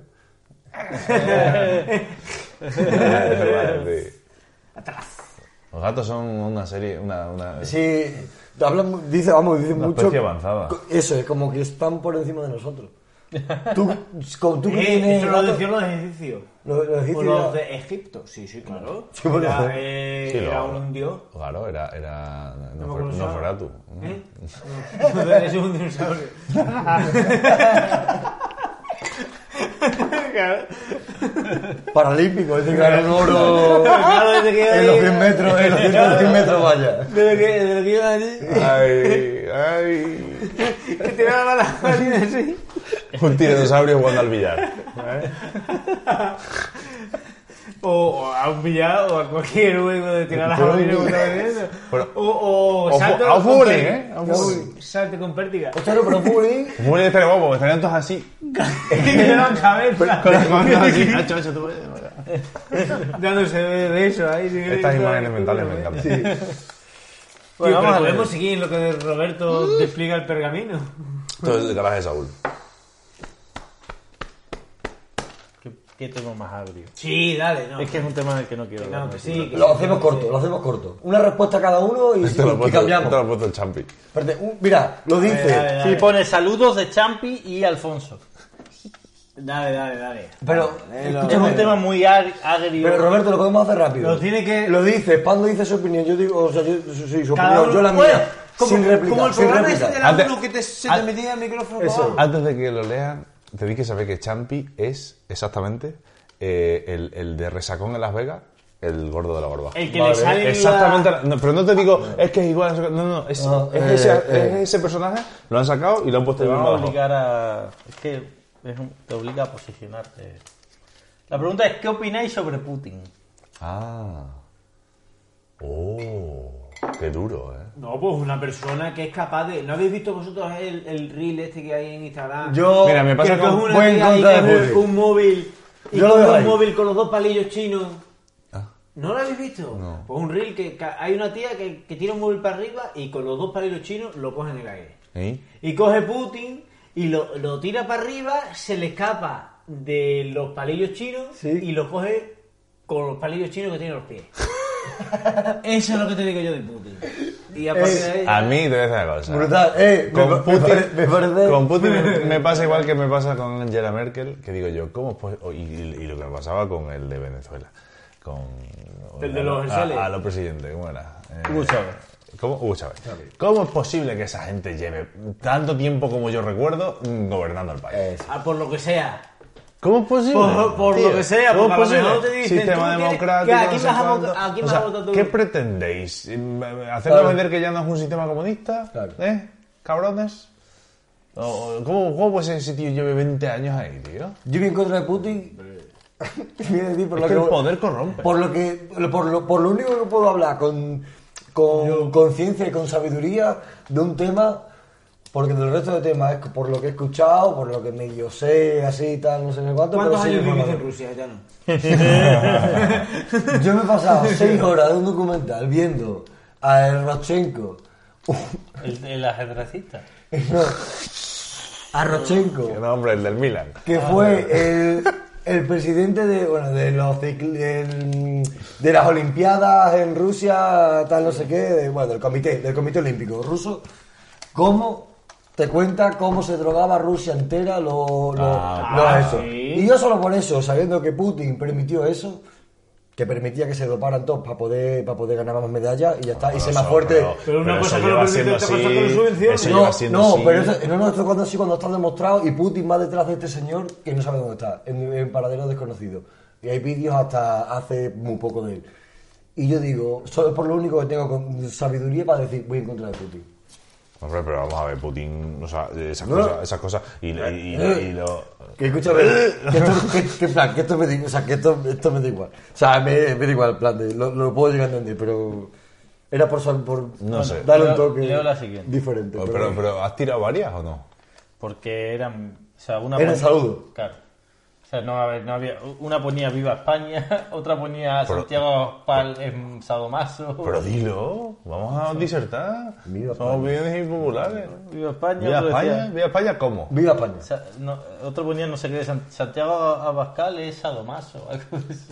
Speaker 2: Es verdad, sí. Los gatos son una serie, una... una
Speaker 4: Sí, hablan, dice, vamos, dicen
Speaker 2: Una
Speaker 4: mucho.
Speaker 2: especie avanzada.
Speaker 4: Eso, es como que están por encima de nosotros. Tú, con, tú que
Speaker 1: Eh,
Speaker 4: tienes
Speaker 1: eso lo
Speaker 4: datos-
Speaker 1: decían los egipcios.
Speaker 4: Los- los
Speaker 1: O
Speaker 4: egipcios-
Speaker 1: los de Egipto, sí, sí, claro.
Speaker 4: Sí, bueno.
Speaker 1: Era, eh,
Speaker 2: Sí,
Speaker 1: era
Speaker 2: lo-
Speaker 1: un dios.
Speaker 2: Claro, era. era
Speaker 1: me
Speaker 2: no, fue-
Speaker 1: acuerdo
Speaker 2: no
Speaker 1: si
Speaker 2: fuera tú.
Speaker 1: ¿Eh? es un dinosaurio. claro,
Speaker 4: Paralímpico, es decir, claro, un oro
Speaker 1: claro, desde que yo
Speaker 4: en los
Speaker 1: ahí-
Speaker 4: 100 metros, en los 100, en los 100 metros, vaya.
Speaker 1: Desde que, desde que yo allí,
Speaker 2: Ay, ay.
Speaker 1: que tiraba la máquina así.
Speaker 2: Un tiranosaurio jugando al billar. ¿eh?
Speaker 1: O, o a un pillado, o a cualquier juego de tirar las
Speaker 2: Pero-
Speaker 1: máquinas. O,
Speaker 2: Pero-
Speaker 1: o,
Speaker 4: Pues
Speaker 2: O fu-
Speaker 1: salto
Speaker 2: a un
Speaker 1: con
Speaker 2: futbolín,
Speaker 1: per-
Speaker 2: ¿eh? A un futbolín.
Speaker 1: Salto con pértiga.
Speaker 4: Claro, pero bullying.
Speaker 2: Muy bien, estaría guapo, estarían todos así.
Speaker 1: Que me la cabeza.
Speaker 2: Con las manos así. Nacho, Nacho, tú.
Speaker 1: Dándose de besos ahí. sin
Speaker 2: Estas
Speaker 1: gritar.
Speaker 2: imágenes mentales me encantan.
Speaker 1: Tío,
Speaker 3: vamos
Speaker 1: pero
Speaker 3: a leer.
Speaker 1: podemos seguir lo que Roberto despliega el pergamino.
Speaker 2: Esto es el garaje de Saúl.
Speaker 3: ¿Qué, qué tema más agrio?
Speaker 1: Sí, dale, no.
Speaker 3: Es que es un tema del que no quiero hablar.
Speaker 1: no, que sí, que
Speaker 4: Lo hacemos corto, lo hacemos corto. Una respuesta cada uno y,
Speaker 2: Esto lo ha
Speaker 4: y
Speaker 2: puesto-
Speaker 4: cambiamos.
Speaker 2: esto lo ha puesto el champi.
Speaker 4: Espérate, un- mira, lo dice.
Speaker 1: dale,
Speaker 3: Sí, pone saludos de Champi y Alfonso.
Speaker 1: Dale, dale, dale.
Speaker 4: Pero,
Speaker 1: Eh,
Speaker 3: Es
Speaker 4: escúchame,
Speaker 3: un tema muy ag- agrio.
Speaker 4: pero Roberto, lo podemos hacer rápido.
Speaker 1: Lo tiene que-
Speaker 4: Lo dice, Pando dice su opinión, yo digo, o sea, yo, su, su- su
Speaker 1: Cada
Speaker 4: opinión,
Speaker 1: uno-
Speaker 4: yo la
Speaker 1: Bueno,
Speaker 4: mía.
Speaker 1: como-
Speaker 4: sin réplica,
Speaker 1: Como el
Speaker 4: sin
Speaker 1: programa
Speaker 4: réplica.
Speaker 1: ese de la
Speaker 2: Antes-
Speaker 1: uno que te, se te metía el micrófono para
Speaker 4: Eso.
Speaker 1: abajo.
Speaker 2: Antes de que lo lean, tenéis que saber que Champi es exactamente eh, el, el de Resacón en Las Vegas, el gordo de la gorba.
Speaker 1: El que
Speaker 3: Vale,
Speaker 1: le sale
Speaker 2: Exactamente, no, pero no te digo, es que es igual, no, no, es,
Speaker 4: No,
Speaker 2: es
Speaker 4: eh,
Speaker 2: ese,
Speaker 4: eh.
Speaker 2: es ese personaje, lo han sacado y lo han puesto
Speaker 3: Te
Speaker 2: el
Speaker 3: va
Speaker 2: mismo
Speaker 3: a
Speaker 2: abajo.
Speaker 3: obligar a. Es que es un- te obliga a posicionarte. La pregunta es: ¿qué opináis sobre Putin?
Speaker 2: Ah. Oh, qué duro, eh.
Speaker 1: No, pues una persona que es capaz de. ¿No habéis visto vosotros el, el reel este que hay en Instagram?
Speaker 4: Yo,
Speaker 2: Mira, me pasa
Speaker 1: que coge
Speaker 2: con-
Speaker 1: una
Speaker 4: voy en
Speaker 1: tía ahí
Speaker 4: contra de
Speaker 1: con
Speaker 4: Putin.
Speaker 1: un móvil y
Speaker 4: Yo lo
Speaker 1: coge
Speaker 4: veo ahí.
Speaker 1: un móvil con los dos palillos chinos.
Speaker 2: Ah.
Speaker 1: ¿No lo habéis visto? Pues un reel que, que hay una tía que, que tira un móvil para arriba y con los dos palillos chinos lo coge en el aire.
Speaker 2: ¿Eh?
Speaker 1: Y coge Putin y lo, lo tira para arriba, se le escapa de los palillos chinos
Speaker 4: Sí.
Speaker 1: y lo coge con los palillos chinos que tiene los pies. Eso es lo que te digo yo de Putin. Y a partir de ahí-
Speaker 2: A mí te voy a decir una cosa.
Speaker 4: Brutal, eh, me
Speaker 2: Con
Speaker 4: pa- me
Speaker 2: Putin,
Speaker 4: pare- me parece-
Speaker 2: con Putin me, me pasa igual que me pasa con Angela Merkel, que digo yo, ¿cómo es pos- o- y, y- y lo que me pasaba con el de Venezuela. Con.
Speaker 1: El de los
Speaker 2: a-
Speaker 1: Versalles.
Speaker 2: A, a los presidentes, ¿cómo era? Eh,
Speaker 3: Hugo Chávez.
Speaker 2: ¿Cómo? Hugo Chávez. ¿Cómo es posible que esa gente lleve tanto tiempo como yo recuerdo mm, gobernando el país?
Speaker 1: Ah, por lo que sea.
Speaker 2: ¿Cómo es posible?
Speaker 1: Por- por lo que sea,
Speaker 2: ¿Cómo
Speaker 1: porque a lo mejor te dicen, tú
Speaker 2: Sistema
Speaker 1: quieres-
Speaker 2: democrático.
Speaker 1: que aquí
Speaker 2: no sé
Speaker 1: vas a
Speaker 2: cuánto.
Speaker 1: votar- aquí
Speaker 2: O
Speaker 1: vas
Speaker 2: sea,
Speaker 1: a votar tú.
Speaker 2: ¿Qué pretendéis? ¿Hacernos
Speaker 4: Claro.
Speaker 2: vender que ya no es un sistema comunista?
Speaker 4: Claro.
Speaker 2: ¿Eh? ¿Cabrones? O- o- ¿Cómo, ¿Cómo puede ser ese tío lleve 20 años ahí, tío?
Speaker 4: Yo voy en contra de Putin. Te voy a decir por
Speaker 2: Es que
Speaker 4: lo que
Speaker 2: el
Speaker 4: voy-
Speaker 2: poder corrompe.
Speaker 4: Por lo que, por lo, por lo único que puedo hablar con con conciencia y con sabiduría de un tema, porque del resto de temas, es que por lo que he escuchado, por lo que medio sé, así y tal, no sé ni cuánto.
Speaker 1: ¿Cuántos
Speaker 4: pero sí
Speaker 1: años
Speaker 4: me he
Speaker 1: vivís en
Speaker 4: formado.
Speaker 1: Rusia, Gitano?
Speaker 4: Yo me he pasado seis horas de un documental viendo a Rochenko,
Speaker 3: El, el ajedrecista.
Speaker 4: no, a Rochenko,
Speaker 2: No, hombre, el del Milan.
Speaker 4: que
Speaker 1: Ah,
Speaker 4: fue el, el presidente de bueno de los cicl- del- de las olimpiadas en Rusia tal no sé qué de- bueno del comité del comité olímpico ruso cómo te cuenta cómo se drogaba Rusia entera lo, lo-
Speaker 2: Ah,
Speaker 4: lo-
Speaker 1: ah,
Speaker 4: eso
Speaker 1: sí.
Speaker 4: y yo solo por eso sabiendo que Putin permitió eso que permitía que se doparan todos para poder para poder ganar más medallas y ya está y ser más fuerte
Speaker 1: Pero una cosa
Speaker 2: eso
Speaker 1: que lo
Speaker 2: lleva
Speaker 1: permite,
Speaker 2: siendo
Speaker 1: otra cosa que lo subvenciona.
Speaker 2: Eso
Speaker 1: No,
Speaker 2: lleva siendo
Speaker 4: no,
Speaker 2: así.
Speaker 4: pero eso, no, no, esto cuando sí, cuando está demostrado y Putin va detrás de este señor que no sabe dónde está, en, en paradero desconocido. Y hay vídeos hasta hace muy poco de él. Y yo digo, solo es por lo único que tengo con- sabiduría para decir, voy en contra de Putin.
Speaker 2: Hombre, pero vamos a ver, Putin, o sea, esas
Speaker 4: No.
Speaker 2: cosas, esas cosas, y, y- y- y lo...
Speaker 4: Que escúchame, que esto, que, que, en plan, que esto me da, o sea, que esto, esto me da igual. O sea, me, me da igual, en plan, de- lo, lo puedo llegar a entender, pero era por, sal- por
Speaker 2: No sé.
Speaker 4: darle un
Speaker 3: Leo-
Speaker 4: toque
Speaker 3: leo la siguiente.
Speaker 4: diferente.
Speaker 2: Pero,
Speaker 4: pero-
Speaker 2: pero, pero, ¿has tirado varias o no?
Speaker 3: Porque eran. O sea, una
Speaker 4: Eran
Speaker 3: ponía-
Speaker 4: saludos.
Speaker 3: Claro. O sea, no, a ver, no había. Una ponía Viva España, otra ponía
Speaker 2: Pero-
Speaker 3: Santiago Pal en Sadomaso.
Speaker 2: Pero dilo, vamos a disertar.
Speaker 4: Viva
Speaker 2: Somos bien populares.
Speaker 3: Viva España,
Speaker 2: ¿Viva
Speaker 3: otro decía-
Speaker 2: España? ¿Viva España cómo?
Speaker 4: Viva España.
Speaker 3: Sa- no, otro ponía no sé qué, San- Santiago Abascal es Sadomaso. algo así.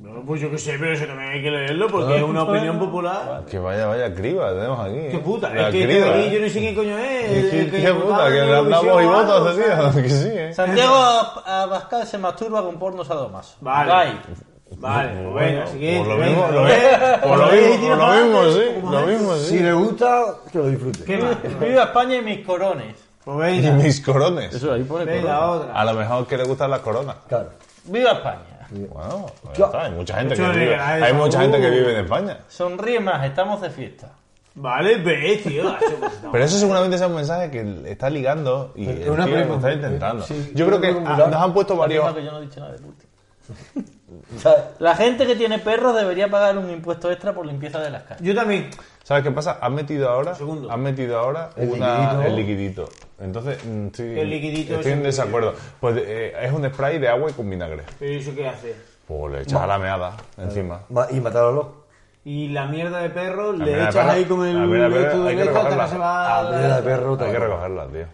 Speaker 1: No, pues yo qué sé, pero eso también hay que leerlo
Speaker 2: Ah.
Speaker 1: porque es una opinión popular.
Speaker 2: Que vaya, vaya criba tenemos aquí. ¿eh?
Speaker 1: Qué puta,
Speaker 2: La
Speaker 1: es que
Speaker 2: criba.
Speaker 1: este aquí yo no sé qué coño es.
Speaker 2: Qué-
Speaker 1: el
Speaker 2: qué-
Speaker 1: que
Speaker 2: qué puta,
Speaker 1: votaba
Speaker 2: que
Speaker 1: en
Speaker 2: le han dado
Speaker 1: Eurovisión
Speaker 2: voz y
Speaker 1: o algo,
Speaker 2: votos,
Speaker 1: ¿sabes?
Speaker 2: tío. Que sí, eh.
Speaker 3: Santiago Ab- Abascal se masturba con porno sadomaso.
Speaker 1: Vale.
Speaker 3: Gay.
Speaker 1: Vale,
Speaker 2: Bueno,
Speaker 1: pues venga, siguiente.
Speaker 2: por lo
Speaker 1: venga.
Speaker 2: mismo, lo mismo, por lo
Speaker 1: Ahí
Speaker 2: mismo,
Speaker 1: tira
Speaker 2: lo
Speaker 1: para
Speaker 2: mismo, sí,
Speaker 1: adelante, como
Speaker 2: lo
Speaker 1: antes.
Speaker 2: mismo,
Speaker 4: Si
Speaker 2: sí.
Speaker 4: le gusta, que lo disfrute.
Speaker 1: ¿Qué más?
Speaker 3: Viva España y mis corones.
Speaker 1: Pues
Speaker 2: Y
Speaker 1: venga,
Speaker 2: mis corones.
Speaker 5: Eso ahí pone
Speaker 1: venga,
Speaker 5: corona.
Speaker 1: otra.
Speaker 2: A lo mejor que le gustan las coronas.
Speaker 4: Claro.
Speaker 3: Viva España.
Speaker 2: Bueno, pues ya está, hay mucha gente que
Speaker 1: Eso
Speaker 2: vive,
Speaker 1: llega a eso.
Speaker 2: hay mucha gente que
Speaker 1: Uh.
Speaker 2: vive en España.
Speaker 3: Sonríe más, estamos de fiesta.
Speaker 1: Vale, ve, tío. ha hecho cosas.
Speaker 2: Pero eso seguramente sea un mensaje que está ligando y el
Speaker 4: una
Speaker 2: tío lo
Speaker 4: prima,
Speaker 2: está
Speaker 4: ¿eh?
Speaker 2: intentando.
Speaker 4: Sí,
Speaker 2: Yo
Speaker 4: una
Speaker 2: creo que
Speaker 4: prima
Speaker 2: ah,
Speaker 4: popular.
Speaker 2: nos han puesto
Speaker 3: Lástima
Speaker 2: varios...
Speaker 3: que yo no he dicho nada de Putin.
Speaker 4: ¿Sabes?
Speaker 3: La gente que tiene perros debería pagar un impuesto extra por limpieza de las calles.
Speaker 1: Yo también.
Speaker 2: ¿Sabes qué pasa? Han metido ahora,
Speaker 1: segundo.
Speaker 2: han metido ahora
Speaker 4: El
Speaker 2: una-
Speaker 4: liquidito.
Speaker 2: el liquidito. Entonces, mm, estoy,
Speaker 1: El liquidito
Speaker 2: estoy
Speaker 1: es
Speaker 2: en
Speaker 1: un
Speaker 2: desacuerdo. Pues eh, es un spray de agua y con vinagre.
Speaker 1: Pero ¿y eso qué hace?
Speaker 2: Pues le echas a la meada encima.
Speaker 4: Ma- Y matarlo.
Speaker 1: Y la mierda de perro le
Speaker 2: La mierda de
Speaker 1: echas
Speaker 2: perro,
Speaker 1: ahí con el
Speaker 2: la mierda de perro
Speaker 1: esto de
Speaker 2: hay que
Speaker 1: leche hasta
Speaker 2: recogerla.
Speaker 1: que se va.
Speaker 4: A mierda de perro.
Speaker 2: Hay
Speaker 4: tal.
Speaker 2: que recogerla, tío.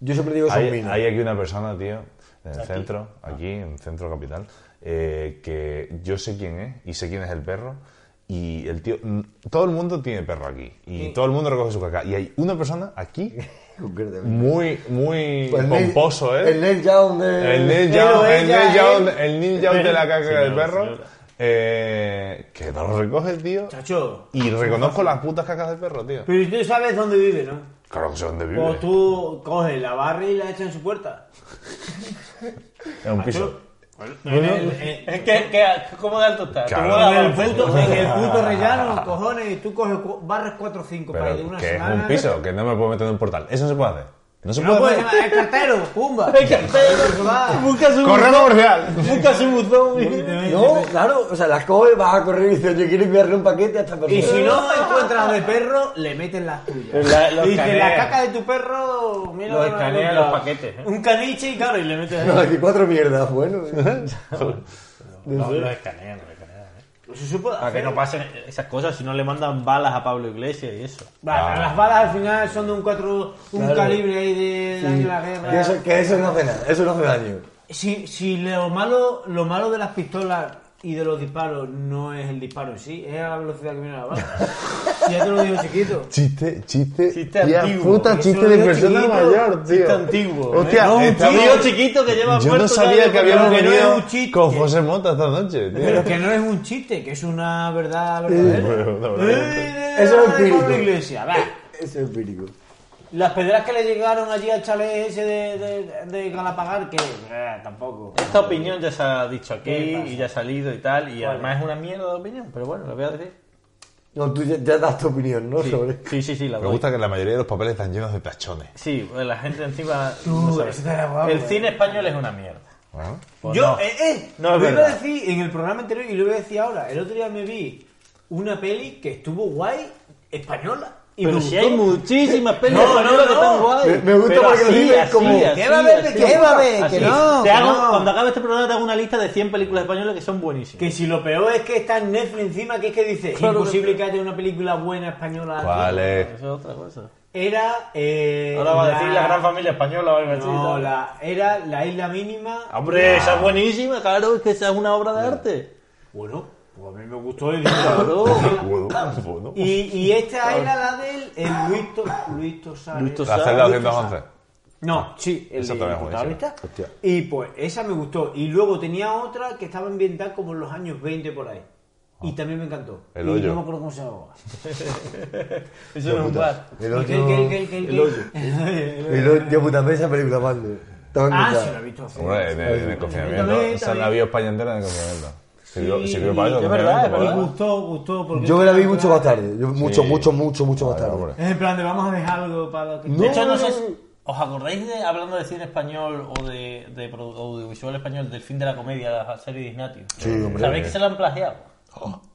Speaker 4: Yo siempre digo que son
Speaker 2: Hay,
Speaker 4: minas.
Speaker 2: hay aquí una persona, tío, en el centro, aquí, en el centro capital, eh, que yo sé quién es y sé quién es el perro. Y el tío, mm, todo el mundo tiene perro aquí. Y todo el mundo recoge su caca. Y hay una persona aquí,
Speaker 4: Concretamente.
Speaker 2: muy, muy
Speaker 4: Pues el Neil-
Speaker 2: Mm, pomposo, ¿eh?
Speaker 4: El Neil Young eh. de...
Speaker 2: El Neil
Speaker 1: Pero
Speaker 2: Young, el
Speaker 1: ella
Speaker 2: Neil
Speaker 1: es-
Speaker 2: Young, el Neil Young de la caca
Speaker 5: Señora,
Speaker 2: del perro.
Speaker 5: señora.
Speaker 2: eh, que no lo recoge, tío.
Speaker 1: Chacho.
Speaker 2: Y reconozco las putas cacas del perro, tío.
Speaker 1: Pero tú sabes dónde vive, ¿no?
Speaker 2: Claro que sé dónde vive.
Speaker 1: O tú coges la barra y la echas en su puerta.
Speaker 2: Es un piso.
Speaker 1: En el, en-
Speaker 3: ¿Qué, qué, cómo de alto está?
Speaker 2: Claro.
Speaker 3: ¿Cómo de
Speaker 1: en el
Speaker 3: avance?
Speaker 1: puto, en el puto rellano, cojones, y tú coges cu- barras 4-5 para ir de
Speaker 2: Pero
Speaker 1: una
Speaker 2: que es
Speaker 1: semana.
Speaker 2: un piso, que no me puedo meter en un portal. Eso no se puede hacer. ¿eh? No se
Speaker 1: No
Speaker 2: puede
Speaker 1: puedes
Speaker 2: hacer.
Speaker 1: llamar, el cartero, pumba.
Speaker 3: El cartero.
Speaker 1: Va.
Speaker 3: Busca su
Speaker 2: ¡Correo
Speaker 3: buzón.
Speaker 2: comercial!
Speaker 3: Busca su buzón.
Speaker 4: No, claro, o sea, las coges, vas a correr y dices, yo quiero enviarle un paquete a esta persona.
Speaker 1: Y si no encuentras de perro, le metes las tuyas.
Speaker 3: La- los
Speaker 1: y dice, la
Speaker 3: canea.
Speaker 1: caca de tu perro, mira. lo
Speaker 3: Los
Speaker 1: que me ha
Speaker 3: escanea
Speaker 1: encontrado".
Speaker 3: los paquetes, ¿eh?
Speaker 1: Un caniche y claro, y le metes ahí.
Speaker 4: No, aquí cuatro mierdas, bueno.
Speaker 3: No, lo escanean, lo escanean. ¿eh?
Speaker 1: Eso se puede
Speaker 3: Para que
Speaker 1: hacer.
Speaker 3: no pasen esas cosas, si no le mandan balas a Pablo Iglesias y eso.
Speaker 1: Vale,
Speaker 2: Ah.
Speaker 1: Las balas al final son de un cuatro, un
Speaker 4: Claro.
Speaker 1: calibre ahí de daño a la
Speaker 4: Que
Speaker 1: guerra.
Speaker 4: eso, que eso no hace nada, eso no hace daño.
Speaker 1: Si, si lo malo, lo malo de las pistolas y de los disparos no es el disparo en sí, es a la velocidad que viene la bala. Si ya te lo digo chiquito.
Speaker 2: Chiste, chiste.
Speaker 3: Chiste
Speaker 2: tía,
Speaker 3: antiguo.
Speaker 2: puta,
Speaker 1: Eso
Speaker 2: chiste
Speaker 1: lo
Speaker 2: de
Speaker 1: digo
Speaker 2: persona
Speaker 1: chiquito,
Speaker 2: mayor, tío.
Speaker 3: chiste antiguo, ¿eh?
Speaker 2: Hostia,
Speaker 3: No, un
Speaker 2: estamos-
Speaker 3: tío chiquito que lleva
Speaker 2: Yo
Speaker 3: muerto
Speaker 2: no
Speaker 3: ya
Speaker 2: sabía
Speaker 3: de-
Speaker 2: que habíamos
Speaker 1: pero que no es
Speaker 2: venido
Speaker 1: un chiste.
Speaker 2: con José Mota esta noche,
Speaker 1: Pero
Speaker 2: tío.
Speaker 1: que no es un chiste, que es una verdad verdadera. Eh,
Speaker 2: Bueno, la verdad.
Speaker 3: ¿eh?
Speaker 4: Eso es empírico.
Speaker 1: la iglesia, va.
Speaker 4: Eso E-, es empírico.
Speaker 1: Las pedras que le llegaron allí al chalet ese de, de, de Galapagar, que eh, tampoco.
Speaker 3: Esta opinión ya se ha dicho aquí
Speaker 1: ¿Qué pasa?
Speaker 3: y ya ha salido y tal, y además es una mierda de opinión, pero bueno, lo voy a decir.
Speaker 4: No, tú ya, ya das tu opinión, ¿no?
Speaker 3: Sí,
Speaker 4: Sobre...
Speaker 3: sí, sí, sí, la
Speaker 2: Me
Speaker 3: doy.
Speaker 2: gusta que la mayoría de los papeles están llenos de tachones.
Speaker 3: Sí, pues la gente encima...
Speaker 1: Tú,
Speaker 3: no sabe.
Speaker 1: eso te da guapo,
Speaker 3: El
Speaker 1: eh.
Speaker 3: cine español es una mierda.
Speaker 2: Bueno,
Speaker 3: Pues
Speaker 1: Yo,
Speaker 3: no.
Speaker 1: eh, eh,
Speaker 3: No es
Speaker 1: lo iba a
Speaker 3: verdad.
Speaker 1: decir en el programa anterior y lo voy a decir ahora. El otro día me vi una peli que estuvo guay, española. Y
Speaker 3: Pero
Speaker 1: me
Speaker 3: si
Speaker 1: gustó.
Speaker 3: hay muchísimas pelis
Speaker 1: No,
Speaker 3: españolas que
Speaker 1: no, no.
Speaker 3: están guay.
Speaker 4: Me- me gusta
Speaker 3: Pero
Speaker 4: porque lo
Speaker 3: así,
Speaker 4: dices
Speaker 3: así,
Speaker 4: como,
Speaker 3: así,
Speaker 1: ¿qué va a haber de
Speaker 3: así.
Speaker 1: qué va a haber?
Speaker 3: Así.
Speaker 1: Que no,
Speaker 3: Te
Speaker 1: que
Speaker 3: hago-
Speaker 1: no.
Speaker 3: Cuando acabe este programa te hago una lista de 100 películas españolas que son buenísimas.
Speaker 1: Que si lo peor es que está en Netflix encima, que es que dice,
Speaker 3: Claro que
Speaker 1: imposible que haya una película buena española. aquí".
Speaker 2: ¿Cuál es?
Speaker 3: Eso es otra cosa.
Speaker 1: Era... eh,
Speaker 3: Ahora va a decir la gran familia española o algo así.
Speaker 1: No,
Speaker 3: ¿sabes?
Speaker 1: la, era La Isla Mínima.
Speaker 3: Hombre, esa es buenísima, claro, es que esa es una obra de arte.
Speaker 1: Bueno, pues a mí me gustó. Y, dije,
Speaker 3: Claro.
Speaker 2: bueno, bueno.
Speaker 1: y, y este esta era la del el Luis, To- Luis Tosar.
Speaker 3: Luis Tosar.
Speaker 2: La celda 211.
Speaker 1: eh,
Speaker 4: Ah,
Speaker 1: No, sí, el
Speaker 2: Esa
Speaker 1: de
Speaker 2: también es
Speaker 1: protagonista.
Speaker 2: buenísima. Hostia.
Speaker 1: Y pues esa me gustó. Y luego tenía otra que estaba ambientada como en los años 20 por ahí.
Speaker 4: Ah.
Speaker 1: Y también me encantó.
Speaker 2: El
Speaker 1: y
Speaker 2: hoyo.
Speaker 1: no me acuerdo cómo se llamaba.
Speaker 3: Eso no es un bar.
Speaker 4: El
Speaker 1: ¿Y qué, qué, qué, qué,
Speaker 4: el
Speaker 1: qué?
Speaker 4: hoyo.
Speaker 1: El hoyo, el hoyo.
Speaker 4: El hoyo. Tío, puta, ve esa película, mando.
Speaker 1: Ah, sí, lo he visto hace.
Speaker 2: Hombre, en el, en el confinamiento.
Speaker 1: También,
Speaker 2: Esa
Speaker 1: también.
Speaker 2: la vio España entera en el confinamiento. Sirvió, sirvió para eso.
Speaker 3: es
Speaker 2: el
Speaker 3: verdad,
Speaker 2: confinamiento,
Speaker 3: es
Speaker 1: Me
Speaker 3: verdad.
Speaker 1: gustó, gustó. Porque
Speaker 4: Yo me la vi mucho más tarde. Yo, Mucho, mucho, mucho, mucho más
Speaker 2: Vale,
Speaker 4: tarde.
Speaker 2: hombre.
Speaker 1: Es en plan de vamos a dejar algo para los que...
Speaker 3: De hecho, no sé. si- ¿Os acordáis de, hablando de cine español o de, de produ- audiovisual español, del fin de la comedia, la serie de Ignatius? ¿Sabéis que se la han plagiado?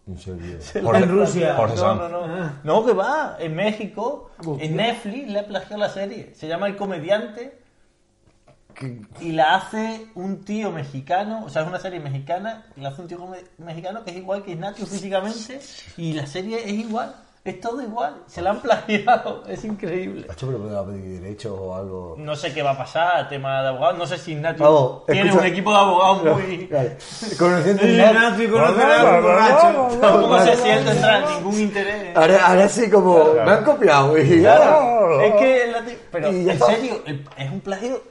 Speaker 4: En serio.
Speaker 2: Jorge-
Speaker 1: En Rusia.
Speaker 2: Jorge
Speaker 3: No,
Speaker 2: Sanz.
Speaker 3: no, no. No, que va. En México, en Netflix le ha plagiado la serie. Se llama El Comediante y la hace un tío mexicano. O sea, es una serie mexicana. y La hace un tío come- mexicano que es igual que Ignatius físicamente y la serie es igual. Es todo igual. Se la han plagiado. Es increíble.
Speaker 4: Hacho, pero me va a pedir derechos o algo.
Speaker 3: No sé qué va a pasar, tema de abogados. No sé si Ignatius
Speaker 4: Vamos,
Speaker 3: tiene
Speaker 4: escucha.
Speaker 3: un equipo de abogados muy.
Speaker 4: Claro. Conociendo
Speaker 1: El
Speaker 4: el
Speaker 1: Ignacio conoce a un borracho.
Speaker 3: Tampoco sé si él tendrá ningún interés.
Speaker 4: Ahora, ahora sí como... Me han copiado. Y,
Speaker 3: Claro, es que. la ti- Pero,
Speaker 4: Oh, Y ya
Speaker 3: en
Speaker 4: está.
Speaker 3: serio, el- es un plagio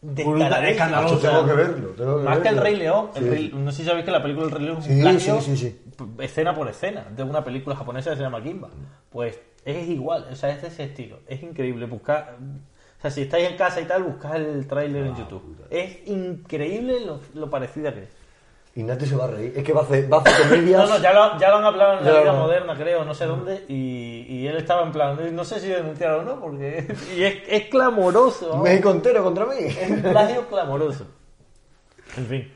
Speaker 3: descaradísimo.
Speaker 4: Esto
Speaker 1: escandaloso.
Speaker 4: tengo que verlo. tengo
Speaker 3: Más que el
Speaker 4: verlo.
Speaker 3: Rey León, el
Speaker 4: Sí.
Speaker 3: Rey- no sé si sabéis que la película El Rey León es un
Speaker 4: Sí,
Speaker 3: plagio
Speaker 4: sí, sí, sí.
Speaker 3: p- escena por escena de una película japonesa que se llama Kimba. Pues es igual, o sea, es de ese estilo. Es increíble buscar. O sea, si estáis en casa y tal, buscad el tráiler
Speaker 4: Ah,
Speaker 3: en YouTube. Es increíble lo, lo parecida que es.
Speaker 4: Y Nati se va a reír. Es que va a hacer, va a hacer comedias.
Speaker 3: No, no, ya lo, ya lo han hablado en la
Speaker 4: Ya
Speaker 3: vida
Speaker 4: lo-
Speaker 3: moderna, creo, no sé dónde, y, y él estaba en plan, no sé si denunciar o no, porque y es, es clamoroso. vamos.
Speaker 4: México entero contra mí.
Speaker 3: Es un plagio clamoroso. En fin.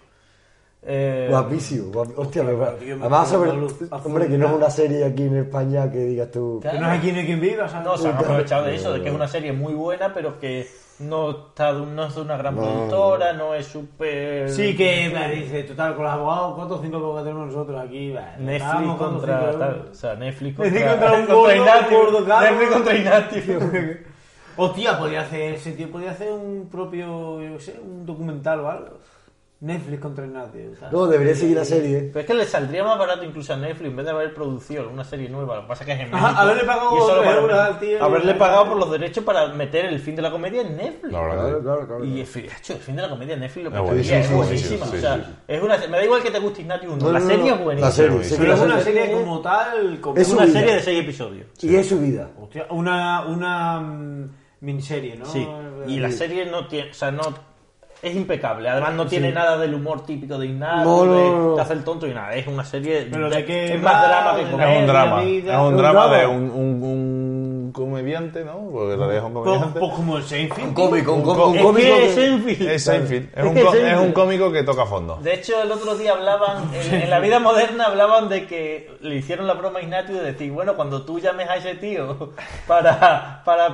Speaker 3: Eh,
Speaker 4: Guapísimo, guap- Hostia, me-
Speaker 1: tío, me pongo
Speaker 4: además, sobre,
Speaker 1: una luz azul,
Speaker 4: hombre, que no es una serie aquí en España que digas tú.
Speaker 3: claro.
Speaker 1: Que no es aquí ni quien viva,
Speaker 3: No,
Speaker 1: ¿sabes?
Speaker 3: se han aprovechado de eso, de que es una serie muy buena, pero que no, está, de un- no es de una gran productora, no es súper...
Speaker 1: Sí, que bah, dice, total, con los abogados, ¿cuántos cinco abogados tenemos nosotros aquí? Bah,
Speaker 3: Netflix
Speaker 1: vamos, ¿cuántos
Speaker 3: contra...
Speaker 1: cinco?
Speaker 3: tal, o sea, Netflix
Speaker 1: Netflix
Speaker 3: contra...
Speaker 1: contra un gordo,
Speaker 3: Ignatius,
Speaker 1: un gordo, claro.
Speaker 3: Netflix contra Ignatius.
Speaker 1: Hostia, podría hacer ese tío, podría hacer un propio, yo qué sé, un documental o algo. Netflix contra nadie.
Speaker 4: No, debería seguir la serie.
Speaker 3: Pero es que le saldría más barato incluso a Netflix en vez de haber producido una serie nueva. Lo que pasa es que es en
Speaker 1: Ajá,
Speaker 3: México,
Speaker 1: haberle pagado
Speaker 3: y eso lo
Speaker 1: tres
Speaker 3: para-
Speaker 1: euros al tío.
Speaker 3: Haberle pagado por los derechos para meter el fin de la comedia en Netflix.
Speaker 2: La verdad que sí.
Speaker 4: claro, claro.
Speaker 3: Y el fin, hecho, el fin de la comedia en Netflix lo que
Speaker 2: Es
Speaker 3: te diría, es
Speaker 2: buenísimo,
Speaker 3: buenísima.
Speaker 2: sí,
Speaker 3: o sea,
Speaker 2: sí, sí.
Speaker 3: es una, me da igual que te guste Ignatius o no,
Speaker 4: No,
Speaker 3: la
Speaker 4: no, no,
Speaker 3: serie
Speaker 4: no.
Speaker 3: es buenísima.
Speaker 4: La serie,
Speaker 2: Sí,
Speaker 4: sí, que
Speaker 1: Pero
Speaker 4: la
Speaker 1: es una
Speaker 4: serie-
Speaker 1: serie como tal, como
Speaker 3: Es
Speaker 4: Es
Speaker 3: una
Speaker 4: su vida.
Speaker 3: serie de seis episodios.
Speaker 4: Y es su vida.
Speaker 1: Hostia, una, una mm, miniserie, ¿no? Eh,
Speaker 3: Sí. Y la
Speaker 1: Sí.
Speaker 3: serie no tiene, o sea, no es impecable. Además no tiene nada del humor típico de Ignatius,
Speaker 4: No, no,
Speaker 3: de-
Speaker 4: no, no.
Speaker 3: te hace el tonto y nada. Es una serie
Speaker 1: Pero de qué
Speaker 3: es más
Speaker 1: va,
Speaker 3: drama que
Speaker 1: de-
Speaker 3: comedia.
Speaker 2: Es un drama. Es
Speaker 1: vida,
Speaker 2: un
Speaker 4: un
Speaker 2: drama
Speaker 4: drama.
Speaker 2: de un, un, un comediante, ¿no? Porque la deja un
Speaker 1: Pues,
Speaker 2: comediante.
Speaker 1: pues como el Seinfeld.
Speaker 4: Un cómico, un
Speaker 2: Un
Speaker 4: cómico. un
Speaker 3: Es
Speaker 4: cómico
Speaker 3: que
Speaker 4: que-
Speaker 3: es Seinfeld.
Speaker 2: Es Seinfeld. Es
Speaker 3: Es
Speaker 2: un,
Speaker 3: que
Speaker 2: co-
Speaker 3: Seinfeld.
Speaker 2: es un cómico que toca fondo.
Speaker 3: De hecho, el otro día hablaban, en, en la vida moderna hablaban de que le hicieron la broma a Ignatius de decir, bueno, cuando tú llames a ese tío para, para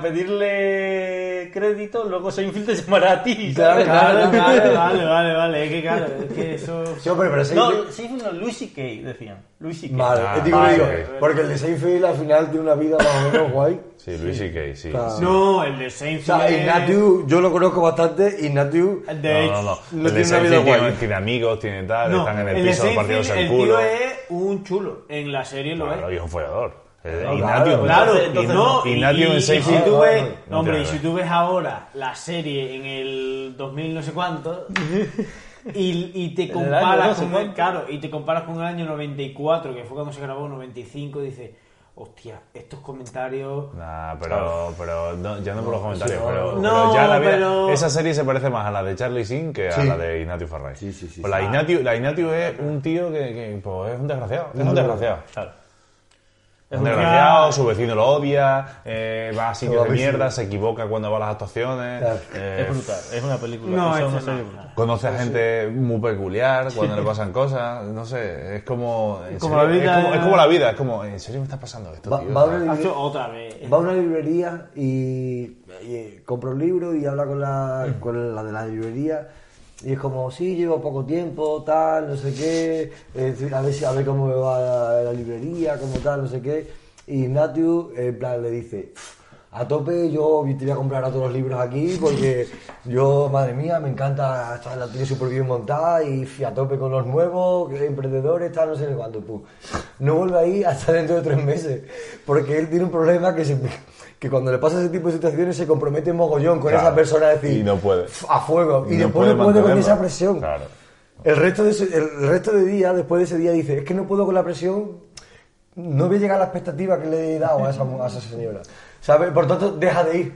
Speaker 3: pedirle crédito, luego Seinfeld te llamará a ti. ¿sabes?
Speaker 1: Claro, claro, vale, vale, vale. Es que claro, es que eso.
Speaker 4: Sí, hombre, pero Seinfeld-
Speaker 3: No, Seinfeld no, Louis C.K. decían. Louis C.K.
Speaker 4: Vale,
Speaker 2: Ah,
Speaker 4: eh, digo,
Speaker 2: vale,
Speaker 4: digo,
Speaker 2: ok.
Speaker 4: porque el de Seinfeld al final tiene una vida más o menos guay.
Speaker 2: Sí, Luis y Kay, sí.
Speaker 4: Claro.
Speaker 2: sí.
Speaker 1: No, el de
Speaker 4: O
Speaker 1: Seinfeld.
Speaker 4: sea,
Speaker 1: es-
Speaker 4: Ignatius, yo lo conozco bastante, Ignatius...
Speaker 1: el
Speaker 2: No,
Speaker 1: de-
Speaker 2: no, no.
Speaker 4: no
Speaker 2: El de
Speaker 4: tiene una vida
Speaker 2: Seinfeld tiene,
Speaker 4: guay.
Speaker 2: tiene amigos, tiene tal,
Speaker 1: No,
Speaker 2: están en el,
Speaker 1: de
Speaker 2: piso
Speaker 1: Seinfeld,
Speaker 2: partidos al
Speaker 1: el
Speaker 2: culo.
Speaker 1: tío es un chulo. En la serie lo
Speaker 2: Claro,
Speaker 1: es.
Speaker 2: Ah, y es un follador. Eh,
Speaker 4: No,
Speaker 2: Ignatius,
Speaker 4: claro,
Speaker 1: Claro,
Speaker 2: entonces-
Speaker 1: y no, y,
Speaker 2: Ignatius
Speaker 1: y-
Speaker 2: en
Speaker 1: y si
Speaker 2: Seinfeld.
Speaker 1: tú ves,
Speaker 4: no,
Speaker 2: no.
Speaker 1: hombre,
Speaker 2: No
Speaker 1: y
Speaker 2: tiene
Speaker 1: si tú ves ahora la serie en el 2000 no sé cuánto y, y te
Speaker 3: el año no
Speaker 1: comparas
Speaker 3: sé
Speaker 1: con
Speaker 3: cuánto.
Speaker 1: claro, y te comparas con el año 94, que fue cuando se grabó 95, dices, hostia, estos comentarios
Speaker 2: Nah, pero, pero no, ya no por los comentarios, pero,
Speaker 1: No,
Speaker 2: pero ya la vida-
Speaker 1: pero-
Speaker 2: esa serie se parece más a la de Charlie Sin que a
Speaker 4: Sí.
Speaker 2: la de Ignatius Farray.
Speaker 4: Sí, sí, sí.
Speaker 2: Pues la, Ignatius, la Ignatius es un tío que, que, pues, es un desgraciado, es un desgraciado.
Speaker 3: Claro.
Speaker 2: Es un desgraciado, su vecino lo odia, eh, va a sitios de
Speaker 4: Clarísimo.
Speaker 2: mierda, se equivoca cuando va a las actuaciones.
Speaker 4: Claro.
Speaker 2: eh,
Speaker 3: Es brutal, es una película.
Speaker 1: No,
Speaker 3: o sea,
Speaker 1: es
Speaker 3: una
Speaker 1: una-
Speaker 3: serie brutal.
Speaker 2: Conoce a gente muy peculiar cuando le pasan cosas, no sé, es como. en
Speaker 1: Como la vida-
Speaker 2: es, como, es como la vida, es como, ¿en serio me está pasando esto,
Speaker 4: Va-
Speaker 2: tío?
Speaker 4: va a
Speaker 2: O sea,
Speaker 4: haber-
Speaker 1: ha hecho otra vez.
Speaker 4: Va a una librería y, y compra un libro y habla con la, con la de la librería y es como, sí, llevo poco tiempo, tal, no sé qué, eh, a, ver, si- a ver cómo me va la, la librería, como tal, no sé qué. Y Natu en plan, le dice, a tope, yo te voy a comprar a todos los libros aquí porque yo, madre mía, me encanta, esta la tiene súper bien montada y fui a tope con los nuevos, que emprendedores, tal, no sé de cuánto. pum. No vuelve ahí hasta dentro de tres meses porque él tiene un problema que, se- que cuando le pasa ese tipo de situaciones se compromete mogollón con
Speaker 2: Claro,
Speaker 4: esa persona a decir,
Speaker 2: y no puede.
Speaker 4: "F- a fuego, y
Speaker 2: no
Speaker 4: después no puede con
Speaker 2: mantenerlo.
Speaker 4: esa presión.
Speaker 2: Claro.
Speaker 4: El resto, de ese- el resto de día, después de ese día, dice, es que no puedo con la presión, no voy a llegar a la expectativa que le he dado a esa, mu- a esa señora. ¿Sabes? Por tanto, deja de ir.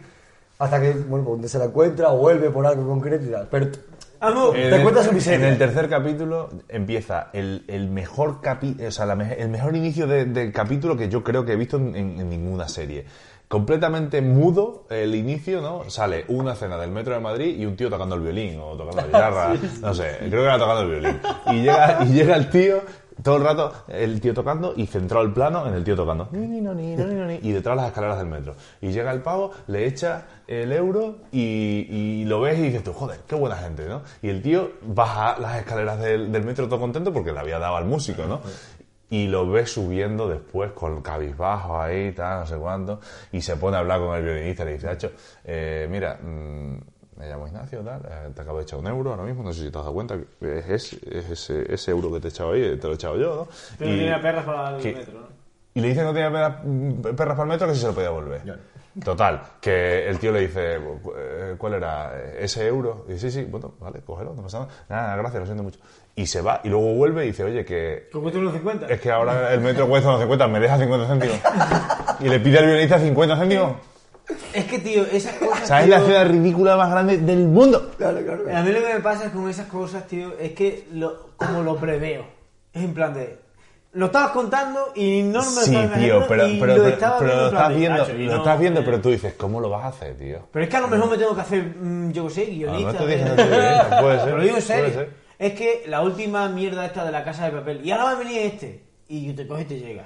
Speaker 4: Hasta que, bueno, pues, donde se la encuentra, o vuelve por algo concreto y tal. Pero t-
Speaker 1: Amo,
Speaker 4: Te
Speaker 2: En el-
Speaker 4: cuentas su miseria.
Speaker 2: En el tercer capítulo empieza el, el mejor capi- o sea, la me- el mejor inicio de- del capítulo que yo creo que he visto en, en- en ninguna serie. Completamente mudo el inicio, ¿no? Sale una escena del metro de Madrid y un tío tocando el violín o tocando la guitarra, no sé, creo que era tocando el violín. Y llega, y llega el tío, todo el rato el tío tocando y centrado el plano en el tío tocando. Ni, ni, no, ni, no, ni, no, ni, y detrás las escaleras del metro. Y llega el pavo, le echa el euro y, y lo ves y dices tú, joder, qué buena gente, ¿no? Y el tío baja las escaleras del, del metro todo contento porque le había dado al músico, ¿no? Y lo ves subiendo después con cabizbajo ahí, tal, no sé cuánto, y se pone a hablar con el violinista y le dice, Hacho, eh, mira, mm, me llamo Ignacio, tal, eh, te acabo de echar un euro ahora mismo, no sé si te has dado cuenta, que es, ese- es ese, ese euro que te he echado ahí, te lo he echado yo, ¿no?
Speaker 1: pero
Speaker 2: Y-
Speaker 1: tiene perras para el
Speaker 2: que-
Speaker 1: metro, ¿no?
Speaker 2: mm, y le dice que no tenía perras, perras para el metro que si se lo podía volver. Total, que el tío le dice, "Cu- eh, ¿cuál era? ¿Ese euro? Y dice, sí, sí, bueno, vale, cógelo, no pasa nada. Nada, gracias, lo siento mucho. Y se va, y luego vuelve y dice, oye, que
Speaker 1: ¿Tú cuesta unos 50?
Speaker 2: es que ahora el metro cuesta unos 50, me deja 50 céntimos. Y le pide al violinista 50 céntimos.
Speaker 1: Es que, tío, esas cosas.
Speaker 2: O sea, es
Speaker 1: tío,
Speaker 2: la ciudad ridícula más grande del mundo.
Speaker 4: Claro, claro.
Speaker 1: A mí lo que me pasa con esas cosas, tío, es que lo, como lo preveo. Es en plan de. Lo estabas contando y no me lo
Speaker 2: Sí,
Speaker 1: estaba
Speaker 2: tío,
Speaker 1: imaginando
Speaker 2: pero,
Speaker 1: y
Speaker 2: pero,
Speaker 1: lo
Speaker 2: pero-
Speaker 1: estaba
Speaker 2: pero
Speaker 1: viendo
Speaker 2: lo
Speaker 1: en plan
Speaker 2: estás
Speaker 1: de,
Speaker 2: viendo,
Speaker 1: "Nacho,
Speaker 2: lo
Speaker 1: no,
Speaker 2: estás viendo,
Speaker 1: eh".
Speaker 2: pero tú dices, ¿cómo lo vas a hacer, tío?
Speaker 1: Pero es que a lo mejor me tengo que hacer, mm, yo qué sé,
Speaker 2: Ah,
Speaker 1: guionista.
Speaker 2: no estoy
Speaker 1: eh.
Speaker 2: diciendo que guionista, puede ser,
Speaker 1: Pero lo digo en
Speaker 2: puede
Speaker 1: serio.
Speaker 2: ser.
Speaker 1: Es que la última mierda esta de la casa de papel. Y ahora va a venir este. Y te coges y te llega.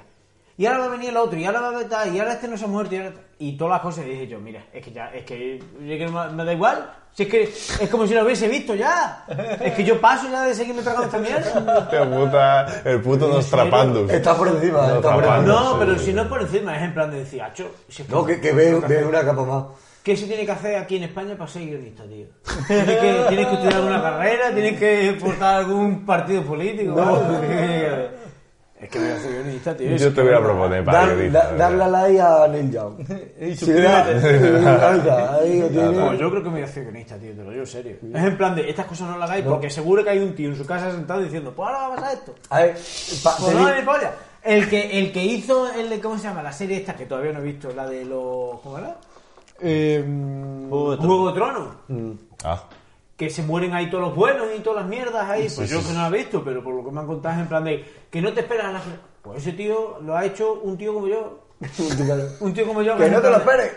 Speaker 1: Y ahora va a venir el otro. Y ahora va a estar. Y ahora este no se ha muerto. Y, ahora tal. Y todas las cosas. Y dije yo, mira, es que ya, es que, es que no me me da igual. Si es que es como si lo hubiese visto ya. Es que yo paso ya de seguirme tragando esta mierda.
Speaker 2: Este puta, el puto
Speaker 1: ¿En
Speaker 2: nos
Speaker 1: serio?
Speaker 2: trapandus.
Speaker 4: Está por encima,
Speaker 2: Ah, No,
Speaker 4: está por
Speaker 2: capaz.
Speaker 4: encima.
Speaker 1: No,
Speaker 2: sí,
Speaker 1: pero
Speaker 2: sí,
Speaker 1: si no
Speaker 2: sí.
Speaker 1: es por encima, es en plan de decir, acho, si es que-
Speaker 4: No, que, que ve, ve una capa más.
Speaker 1: ¿Qué se tiene que hacer aquí en España para ser guionista, tío? Tienes que, tienes que estudiar alguna carrera, tienes que portar algún partido político. algo, que- Es que voy a ser guionista, tío.
Speaker 2: Yo
Speaker 1: es
Speaker 2: te
Speaker 1: que
Speaker 2: voy a
Speaker 1: no.
Speaker 2: proponer para
Speaker 4: Dar,
Speaker 2: guionista,
Speaker 4: da- darle a like a Neil Young.
Speaker 3: Y
Speaker 4: Sí, ¿verdad? Ahí, ahí lo tiene.
Speaker 1: No, yo creo que me voy a hacer guionista, tío, te lo digo en serio. Es en plan de, estas cosas no las hagáis porque seguro que hay un tío en su casa sentado diciendo, pues ahora va a pasar esto.
Speaker 4: A ver, pa-
Speaker 1: Pues
Speaker 4: te
Speaker 1: no,
Speaker 4: di-
Speaker 1: ni polla. El que, el que hizo, el de- ¿cómo se llama? La serie esta que todavía no he visto, la de los... ¿Cómo era? Eh,
Speaker 3: Juego de Tronos.
Speaker 1: Juego de Tronos.
Speaker 2: Ah,
Speaker 1: que se mueren ahí todos los buenos y todas las mierdas ahí. Pues
Speaker 2: sí,
Speaker 1: yo
Speaker 2: sí.
Speaker 1: que no lo he visto, pero por lo que me han contado es en plan de que no te esperas a la final. Pues ese tío lo ha hecho un tío como yo. Un tío como yo.
Speaker 4: que
Speaker 1: es
Speaker 4: no
Speaker 1: en
Speaker 4: te lo
Speaker 1: plan de-
Speaker 4: esperes.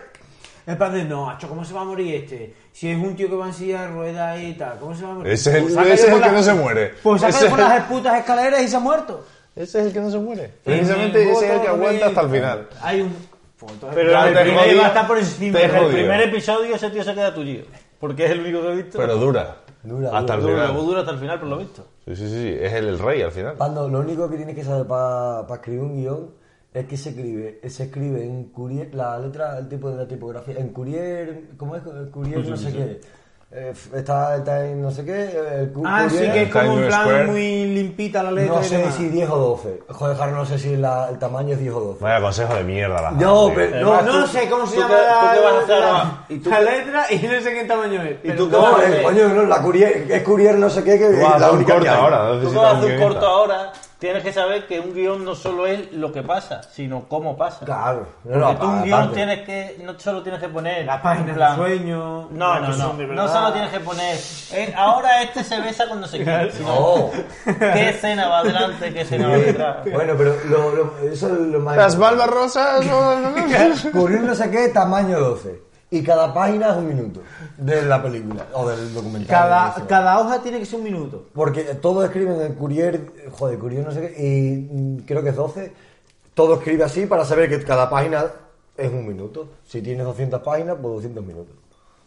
Speaker 1: En plan de, no, hacho, ¿cómo se va a morir este? Si es un tío que va en silla de ruedas y tal, ¿cómo se va a morir?
Speaker 2: Ese es el-
Speaker 1: Pues sácale
Speaker 2: ese es el
Speaker 1: por
Speaker 2: que
Speaker 1: la-
Speaker 2: no se muere.
Speaker 1: Pues
Speaker 2: Ese
Speaker 1: sácale
Speaker 2: es
Speaker 1: por
Speaker 2: el-
Speaker 1: las putas escaleras y se ha muerto.
Speaker 2: ese es el que no se muere.
Speaker 1: En
Speaker 2: Precisamente
Speaker 1: el
Speaker 2: ese es el
Speaker 1: voto
Speaker 2: que aguanta
Speaker 1: Pues de-
Speaker 2: hasta el final.
Speaker 1: Hay un... Pues, entonces-
Speaker 3: Pero
Speaker 2: Ya
Speaker 3: en el
Speaker 2: te he
Speaker 3: primer,
Speaker 2: jodido,
Speaker 3: iba a estar por encima.
Speaker 2: te he
Speaker 3: En el
Speaker 2: jodido.
Speaker 3: primer episodio ese tío se queda tullido. Porque es el único que he visto.
Speaker 2: Pero dura.
Speaker 4: Dura,
Speaker 2: hasta
Speaker 3: dura,
Speaker 2: el final.
Speaker 3: dura hasta el final, por lo visto.
Speaker 2: Sí, sí, sí. Es el, el rey al final.
Speaker 4: Pando, lo único que tienes que saber para escribir un guión es que se escribe, se escribe en Courier, la letra, el tipo de la tipografía, en Courier, ¿cómo es? El Courier no sé qué. Eh, f- está, está en no sé qué, el cu-
Speaker 1: Ah, sí,
Speaker 4: Courier-
Speaker 1: que es
Speaker 2: Times
Speaker 1: como un plan
Speaker 2: Square.
Speaker 1: muy limpita la letra
Speaker 4: No
Speaker 1: y
Speaker 4: sé
Speaker 1: demás.
Speaker 4: si 10 o 12. Joder, Jaro, no sé si la- el tamaño es 10 o 12.
Speaker 2: Vaya consejo de mierda. la
Speaker 4: No,
Speaker 2: gente, tío.
Speaker 4: pero-
Speaker 1: No,
Speaker 4: Además,
Speaker 1: no
Speaker 4: tú-
Speaker 1: sé cómo se
Speaker 3: tú
Speaker 1: llama
Speaker 3: qué- tú qué
Speaker 1: la,
Speaker 3: vas a hacer
Speaker 1: la-
Speaker 3: ahora. ¿Y tú
Speaker 1: la
Speaker 3: qué-
Speaker 1: letra y no sé qué tamaño es.
Speaker 3: ¿Y
Speaker 1: pero
Speaker 3: tú qué vas
Speaker 4: No,
Speaker 3: a
Speaker 4: el,
Speaker 3: hacer?
Speaker 4: coño, no, la Courier, es Courier no sé qué, que
Speaker 2: Tú vas a
Speaker 4: es la
Speaker 2: hacer un
Speaker 4: única que
Speaker 2: corto
Speaker 4: hay.
Speaker 2: ahora.
Speaker 3: Tú
Speaker 2: necesitas
Speaker 3: vas a
Speaker 2: un
Speaker 3: hacer un
Speaker 2: guionista.
Speaker 3: corto ahora, tienes que saber que un guión no solo es lo que pasa, sino cómo pasa.
Speaker 4: Claro. No,
Speaker 3: Porque
Speaker 4: no,
Speaker 3: tú un
Speaker 4: aparte.
Speaker 3: guión tienes que, no solo tienes que poner...
Speaker 1: Las
Speaker 3: en
Speaker 1: páginas de
Speaker 3: plan-
Speaker 1: sueño.
Speaker 3: No,
Speaker 1: las
Speaker 3: no,
Speaker 1: que
Speaker 3: no.
Speaker 1: son de
Speaker 3: No
Speaker 1: verdad.
Speaker 3: solo tienes que poner... eh, ahora este se besa cuando se quiere.
Speaker 4: No.
Speaker 3: ¿Qué escena va adelante? ¿Qué escena va detrás?
Speaker 4: Bueno, pero lo, lo- eso es lo más
Speaker 2: Las
Speaker 4: importante.
Speaker 2: balbas rosas. no-
Speaker 4: Cubrir no sé qué, tamaño 12. Y cada página es un minuto de la película o del documental. no sé.
Speaker 1: Cada, cada hoja tiene que ser un minuto.
Speaker 4: Porque todos escriben en Courier, joder, Courier no sé qué, y mm, creo que es 12. Todo escribe así para saber que cada página es un minuto. Si tienes 200 páginas, pues 200 minutos.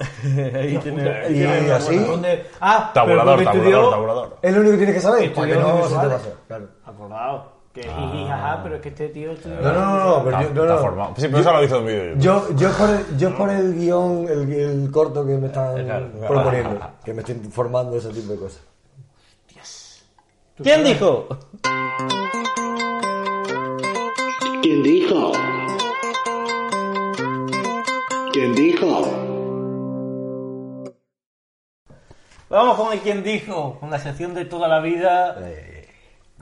Speaker 3: Ahí tiene-
Speaker 4: Y así
Speaker 1: ¿Dónde? Ah, pero
Speaker 2: Tabulador,
Speaker 1: porque estudió-
Speaker 2: tabulador, tabulador.
Speaker 4: es lo único que tienes que saber.
Speaker 1: Estudió
Speaker 4: Para que no se te
Speaker 1: audiovisuales.
Speaker 4: pase. Claro.
Speaker 1: Acordado. Que jiji, jaja, pero es que este tío estudió-
Speaker 4: No, no, no, no, pero
Speaker 2: Está-
Speaker 4: yo, no,
Speaker 2: está
Speaker 4: no.
Speaker 2: formado. Sí, pero eso lo he visto en vídeo. yo.
Speaker 4: Yo, yo, por el, yo por el guión, el, el corto que me están proponiendo, que me estoy informando de ese tipo de cosas.
Speaker 3: ¿Quién dijo?
Speaker 5: ¿Quién dijo? ¿Quién dijo?
Speaker 3: Vamos con el quien dijo, con la sección de toda la vida.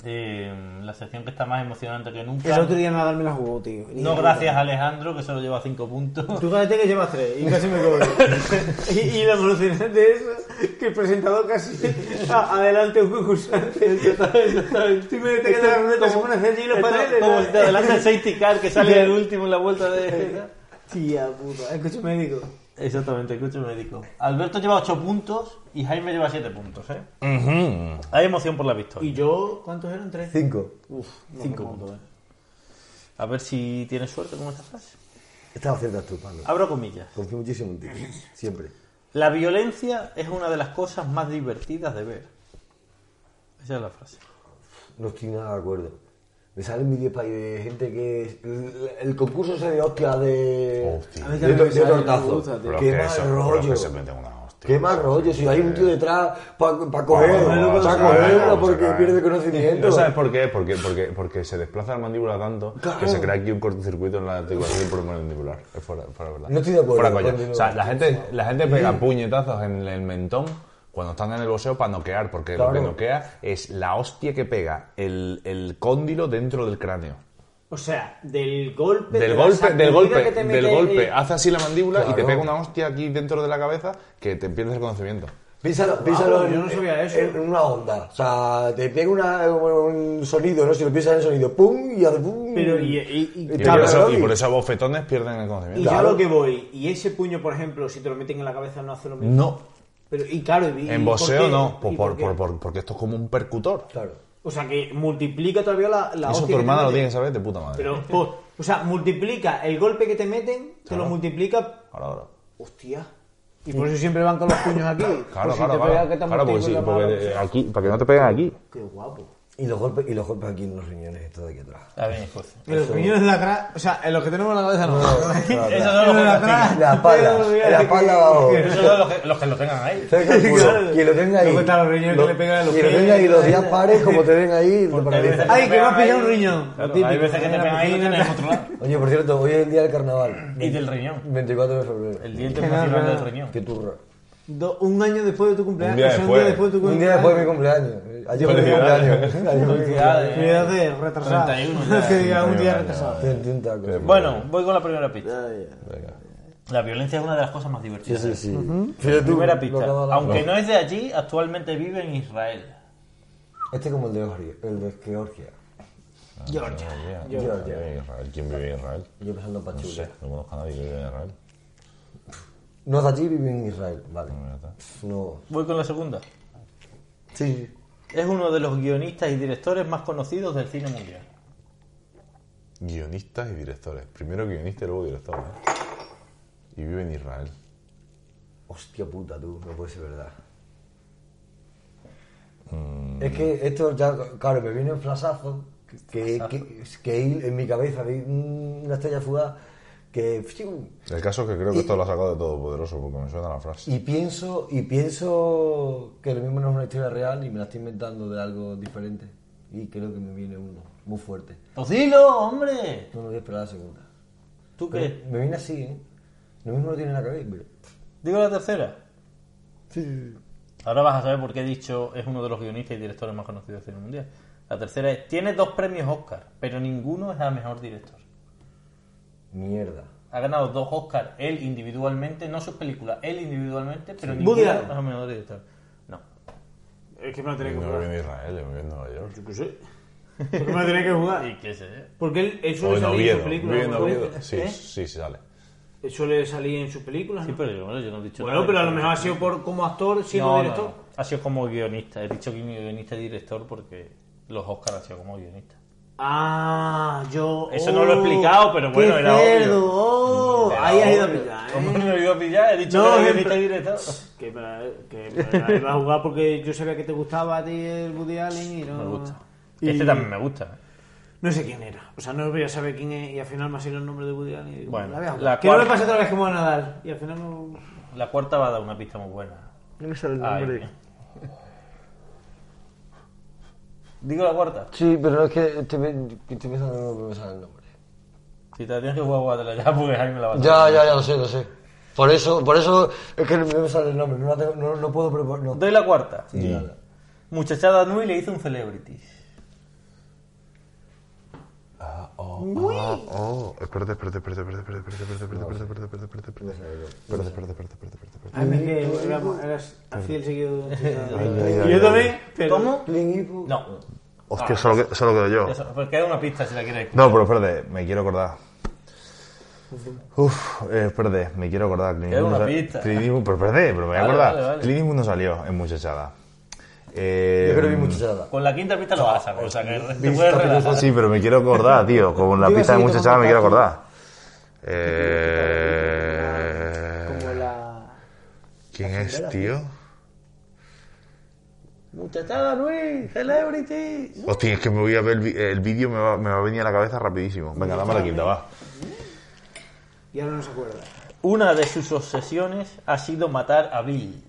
Speaker 3: Eh, la sección que está más emocionante que
Speaker 1: El
Speaker 3: nunca.
Speaker 1: otro día nada me la jugó, tío.
Speaker 3: No gracias a Alejandro, que solo lleva 5 puntos.
Speaker 1: Tú cállate que llevas tres y casi me cobro. y, y lo emocionante de eso es que el presentador casi a- adelante a un concursante. Tú me te quedas la ruleta, se pone a hacer allí los
Speaker 3: Esto,
Speaker 1: paneles.
Speaker 3: como
Speaker 1: ¿no?
Speaker 3: si te adelanta el safety car que sale el último en la vuelta de...
Speaker 1: Tía puta, escúchame, digo.
Speaker 3: Exactamente, escucha el médico. Alberto lleva 8 puntos y Jaime lleva 7 puntos, ¿eh? Hay emoción por la victoria.
Speaker 1: ¿Y yo cuántos eran? ¿Tres?
Speaker 4: Cinco.
Speaker 1: Uf, no
Speaker 3: 5
Speaker 1: me acuerdo.
Speaker 3: puntos, ¿eh? A ver si tienes suerte con esta frase.
Speaker 4: Estás haciendo tú, Pablo.
Speaker 3: Abro comillas.
Speaker 4: Confío muchísimo en ti. Siempre.
Speaker 3: La violencia es una de las cosas más divertidas de ver. Esa es la frase.
Speaker 4: No estoy nada de acuerdo. Me salen vídeos pa' ahí de gente que. es- El, el concurso ese de hostia de.
Speaker 2: Hostia.
Speaker 1: A mí
Speaker 4: De,
Speaker 1: también
Speaker 4: to-
Speaker 1: me
Speaker 4: de
Speaker 1: sale, no me
Speaker 4: tortazo.
Speaker 1: gusta, tío.
Speaker 2: Pero es
Speaker 4: Qué
Speaker 2: que
Speaker 4: mal
Speaker 2: eso- pero es
Speaker 4: rollo.
Speaker 2: que se meten una hostia.
Speaker 4: Qué mal rollo, si hay un tío detrás para cogerlo,
Speaker 2: no, no,
Speaker 4: para
Speaker 2: no,
Speaker 4: cogerlo
Speaker 2: no,
Speaker 4: porque
Speaker 2: no,
Speaker 4: pierde
Speaker 2: ¿No
Speaker 4: conocimiento.
Speaker 2: sabes por qué? Porque, porque, porque se desplaza la mandíbula tanto que se crea aquí un cortocircuito en la articulación poromandibular. Es fuera, fuera verdad.
Speaker 4: No estoy de acuerdo
Speaker 2: Fuera coña.
Speaker 4: con-
Speaker 2: O sea, la gente, la gente pega puñetazos en el mentón cuando están en el boxeo para noquear, porque lo
Speaker 4: Claro.
Speaker 2: que noquea es la hostia que pega el, el cóndilo dentro del cráneo.
Speaker 1: O sea, del golpe. de
Speaker 2: Del
Speaker 1: la
Speaker 2: golpe, del
Speaker 1: sacudida
Speaker 2: golpe,
Speaker 1: que te
Speaker 2: del
Speaker 1: mete
Speaker 2: golpe.
Speaker 1: el-
Speaker 2: Hace así la mandíbula y te
Speaker 4: Claro.
Speaker 2: pega una hostia aquí dentro de la cabeza que te pierdes el conocimiento.
Speaker 4: Piénsalo, piénsalo
Speaker 1: Wow,
Speaker 4: en,
Speaker 1: yo no sabía eso.
Speaker 4: en una onda. O sea, te pega una- un sonido, ¿no? Si lo piensas en el sonido, ¡pum! Y hace ¡pum!
Speaker 1: Pero y, y- y-
Speaker 2: Y,
Speaker 4: Claro,
Speaker 2: por, eso,
Speaker 4: claro.
Speaker 2: y por eso a bofetones pierden el
Speaker 1: y
Speaker 2: conocimiento.
Speaker 1: yo a
Speaker 4: claro.
Speaker 1: lo que voy, y ese puño, por ejemplo, si te lo meten en la cabeza no hace lo mismo.
Speaker 2: No.
Speaker 1: Pero, y claro, y- y
Speaker 2: Mm. En
Speaker 1: ¿por
Speaker 2: boxeo
Speaker 1: qué?
Speaker 2: no,
Speaker 1: ¿Y por
Speaker 2: por- por-
Speaker 1: qué?
Speaker 2: por- por- porque esto es como un percutor.
Speaker 4: Claro.
Speaker 1: O sea, que multiplica todavía la, la hostia
Speaker 2: Eso tu
Speaker 1: que te
Speaker 2: hermana lo
Speaker 1: meten.
Speaker 2: tiene que saber de puta madre.
Speaker 1: Pero, po- o sea, multiplica el golpe que te meten, te lo multiplica.
Speaker 2: Ahora, ahora.
Speaker 1: Hostia. Y por eso siempre van con los puños aquí.
Speaker 2: Claro,
Speaker 1: por pues si
Speaker 2: claro,
Speaker 1: te
Speaker 2: claro.
Speaker 1: pega que te han
Speaker 2: Claro, porque
Speaker 1: metido
Speaker 2: sí,
Speaker 1: la
Speaker 2: porque,
Speaker 1: mano.
Speaker 2: eh, aquí, para que no te peguen aquí.
Speaker 1: Qué guapo.
Speaker 4: Y los golpes, y los golpes aquí en los riñones, esto de aquí atrás.
Speaker 3: Está bien, Escocia.
Speaker 1: Pero los puños en la cara. O sea, en los que tenemos en la cabeza no.
Speaker 3: Esos
Speaker 4: Claro.
Speaker 3: son los
Speaker 1: En la
Speaker 3: que lo tengan.
Speaker 1: cara.
Speaker 4: La espalda, en la espalda abajo.
Speaker 3: Esos son los que, los que lo tengan ahí.
Speaker 4: Cerca del culo.
Speaker 1: Claro.
Speaker 4: Quien lo tenga ahí.
Speaker 1: Luego están los riñones que
Speaker 4: lo-
Speaker 1: le pegan a los
Speaker 4: quien lo
Speaker 1: pies,
Speaker 4: tenga ahí, los
Speaker 1: ahí
Speaker 4: días
Speaker 1: está.
Speaker 4: pares, como te ven ahí, te
Speaker 3: Porque hay veces
Speaker 4: paralizan.
Speaker 3: que
Speaker 1: Ay,
Speaker 3: te
Speaker 1: que me
Speaker 3: pegan
Speaker 1: has pillado
Speaker 3: ahí.
Speaker 1: un riñón. Lo
Speaker 3: Claro,
Speaker 1: típico,
Speaker 3: hay veces que
Speaker 1: en
Speaker 3: te
Speaker 1: la
Speaker 3: pegan ahí y lo
Speaker 1: piscina.
Speaker 3: tienes en otro lado.
Speaker 4: Oye, por cierto, hoy es el día del carnaval.
Speaker 3: Y del riñón.
Speaker 4: 24 de febrero.
Speaker 3: El día internacional del riñón.
Speaker 4: Qué turra.
Speaker 1: Do- un año después de tu cumpleaños.
Speaker 2: Un día
Speaker 1: o sea,
Speaker 2: después.
Speaker 1: de tu
Speaker 4: Un día después de mi cumpleaños. Ayer fue mi
Speaker 2: Felicidades.
Speaker 4: cumpleaños. Ayer fue mi cumpleaños.
Speaker 3: Felicidades.
Speaker 1: Cuidado de retrasado.
Speaker 3: 31 ya.
Speaker 1: Que diga un día
Speaker 2: 31
Speaker 1: retrasado.
Speaker 4: Ten- ten tacos.
Speaker 3: Bueno, voy con la primera pista. La violencia es una de las cosas más divertidas.
Speaker 4: Sí, sí.
Speaker 3: La primera
Speaker 4: lo
Speaker 3: pista.
Speaker 4: que va a la-
Speaker 3: Aunque no es de allí, actualmente vive en Israel.
Speaker 4: Este es como el de Georgia. El de Georgia.
Speaker 2: Georgia.
Speaker 4: Georgia.
Speaker 2: Israel. ¿Quién vive en Israel?
Speaker 4: Yo pensando en
Speaker 2: No
Speaker 4: Pachuca.
Speaker 2: sé, no conozco a nadie que vive en Israel.
Speaker 4: No es de allí, vive en Israel. Vale.
Speaker 2: Ya está.
Speaker 4: No.
Speaker 3: Voy con la segunda.
Speaker 4: Sí, sí.
Speaker 3: Es uno de los guionistas y directores más conocidos del cine mundial.
Speaker 2: Guionistas y directores. Primero guionista y luego director. ¿eh? Y vive en Israel.
Speaker 4: Hostia puta, tú, no puede ser verdad. Es que esto ya, claro, me vino en flasazo, que, que, que ahí en mi cabeza vi una estrella fugaz que... fiu,
Speaker 2: El caso es que creo que esto lo ha sacado de Todopoderoso porque me suena la frase.
Speaker 4: Y pienso, y pienso que lo mismo no es una historia real y me la estoy inventando de algo diferente. Y creo que me viene uno muy fuerte.
Speaker 3: ¡Os Pues dilo, hombre!
Speaker 4: No me voy a esperar la segunda.
Speaker 3: ¿Tú qué?
Speaker 4: Me viene así, ¿eh? Lo mismo lo tiene en la cabeza. pero-
Speaker 3: Digo la tercera.
Speaker 4: Sí, sí, sí.
Speaker 3: Ahora vas a saber por qué he dicho es uno de los guionistas y directores más conocidos del cine mundial. La tercera es, tiene dos premios Oscar, pero ninguno es a mejor director.
Speaker 4: Mierda.
Speaker 3: Ha ganado dos Oscar, él individualmente, no sus películas, él individualmente, pero
Speaker 1: Sí.
Speaker 3: ninguno
Speaker 1: Woody
Speaker 3: es
Speaker 1: Allen.
Speaker 3: a mejor director. No.
Speaker 1: Es que me lo tenés que
Speaker 2: No vive
Speaker 1: jugar.
Speaker 2: en Israel, vive en Nueva York.
Speaker 1: Yo qué sé. ¿Por qué me lo tenés que jugar?
Speaker 3: ¿Y qué sé?
Speaker 1: Porque él, él
Speaker 2: O
Speaker 1: suele
Speaker 2: en
Speaker 1: salir en
Speaker 2: Oviedo.
Speaker 1: sus
Speaker 2: Vive en
Speaker 1: películas.
Speaker 2: Oviedo.
Speaker 1: ¿no?
Speaker 2: Sí,
Speaker 1: ¿Eh?
Speaker 2: sí, sí, sale.
Speaker 1: Él suele salir en sus películas.
Speaker 3: Sí,
Speaker 1: ¿no?
Speaker 3: pero yo, bueno, yo no he dicho
Speaker 1: Bueno,
Speaker 3: nada.
Speaker 1: pero a lo mejor ha sido por, como actor siendo
Speaker 3: No, no,
Speaker 1: director.
Speaker 3: no. Ha sido como guionista. He dicho que guionista y director porque los Oscar han sido como guionista.
Speaker 1: Ah, yo.
Speaker 3: Eso no lo he explicado, pero bueno,
Speaker 1: qué
Speaker 3: era obvio.
Speaker 1: cerdo, oh, ahí has ido a pillar.
Speaker 3: ¿Cómo
Speaker 1: ¿eh?
Speaker 3: no lo he ido a pillar? He dicho
Speaker 1: No,
Speaker 3: que era
Speaker 1: siempre-
Speaker 3: guionista y director.
Speaker 1: Que me la, que me la iba a jugar porque yo sabía que te gustaba a ti el Woody Allen y no.
Speaker 3: Me gusta.
Speaker 1: Y
Speaker 3: Este también me gusta.
Speaker 1: No sé quién era. O sea, no voy a saber quién es y al final me ha sido el nombre de Woody Allen. Y digo,
Speaker 3: Bueno,
Speaker 1: la voy a jugar.
Speaker 3: la
Speaker 1: Que no me
Speaker 3: cuarta.
Speaker 1: pasa otra vez que me van a dar. Y al final no.
Speaker 3: La cuarta va a dar una pista muy buena.
Speaker 1: No me sale el
Speaker 3: Ay. Digo la cuarta.
Speaker 4: Sí, pero es que estoy, pen- estoy pensando en no me sale el nombre.
Speaker 3: Si te la tienes que jugar, guárdatela ya porque Jaime la va a dar.
Speaker 4: Ya, ya, ya, lo sé, lo sé. Por eso, por eso es que no me sale el nombre, no, la tengo- no, no puedo preparar. No.
Speaker 3: Doy la cuarta.
Speaker 4: Sí, nada.
Speaker 3: Muchachada Nui le hizo un celebrity.
Speaker 2: Oh, espérate, espérate, espérate, espérate, espérate, espérate, espérate, espérate, espérate, espérate, espérate, espérate, espérate, espérate, espérate, espérate.
Speaker 1: A mí que éramos- eras así el seguido.
Speaker 2: ay,
Speaker 1: Y
Speaker 2: ay,
Speaker 1: yo también. pero-
Speaker 3: ¿Cómo?
Speaker 4: Clint Eastwood.
Speaker 3: No.
Speaker 2: Hostia, solo, que- solo quedo yo.
Speaker 3: Eso, porque hay una pista si la quieres.
Speaker 2: No, pero espérate, me quiero acordar. Uf, eh, espérate, me quiero acordar. Clint
Speaker 3: Era una
Speaker 2: Eastwood-
Speaker 3: pista.
Speaker 2: Clint Eastwood- pero espérate, pero me voy a
Speaker 3: Vale,
Speaker 2: acordar.
Speaker 3: vale, vale.
Speaker 2: Clint Eastwood no salió en Muchachada. Eh,
Speaker 4: Yo creo que
Speaker 3: Mm.
Speaker 4: vi muchachada.
Speaker 3: Con la quinta pista lo vas a sacar. O sea que te
Speaker 4: Vista,
Speaker 3: puedes
Speaker 4: pero
Speaker 3: relajar.
Speaker 2: Sí, pero me quiero acordar, tío. Con la
Speaker 4: Yo iba
Speaker 2: pista
Speaker 4: a
Speaker 2: de
Speaker 4: seguir
Speaker 2: Muchachada me quiero
Speaker 4: tomando
Speaker 2: acordar. Eh,
Speaker 1: Como la.
Speaker 2: ¿Quién es, tío?
Speaker 3: Muchachada Nui, celebrity.
Speaker 2: Hostia, es que me voy a ver el vi- el vídeo, me va, me va a venir a la cabeza rapidísimo. Venga, dame la quinta, va.
Speaker 1: Y ahora no se acuerda.
Speaker 3: Una de sus obsesiones ha sido matar a Bill.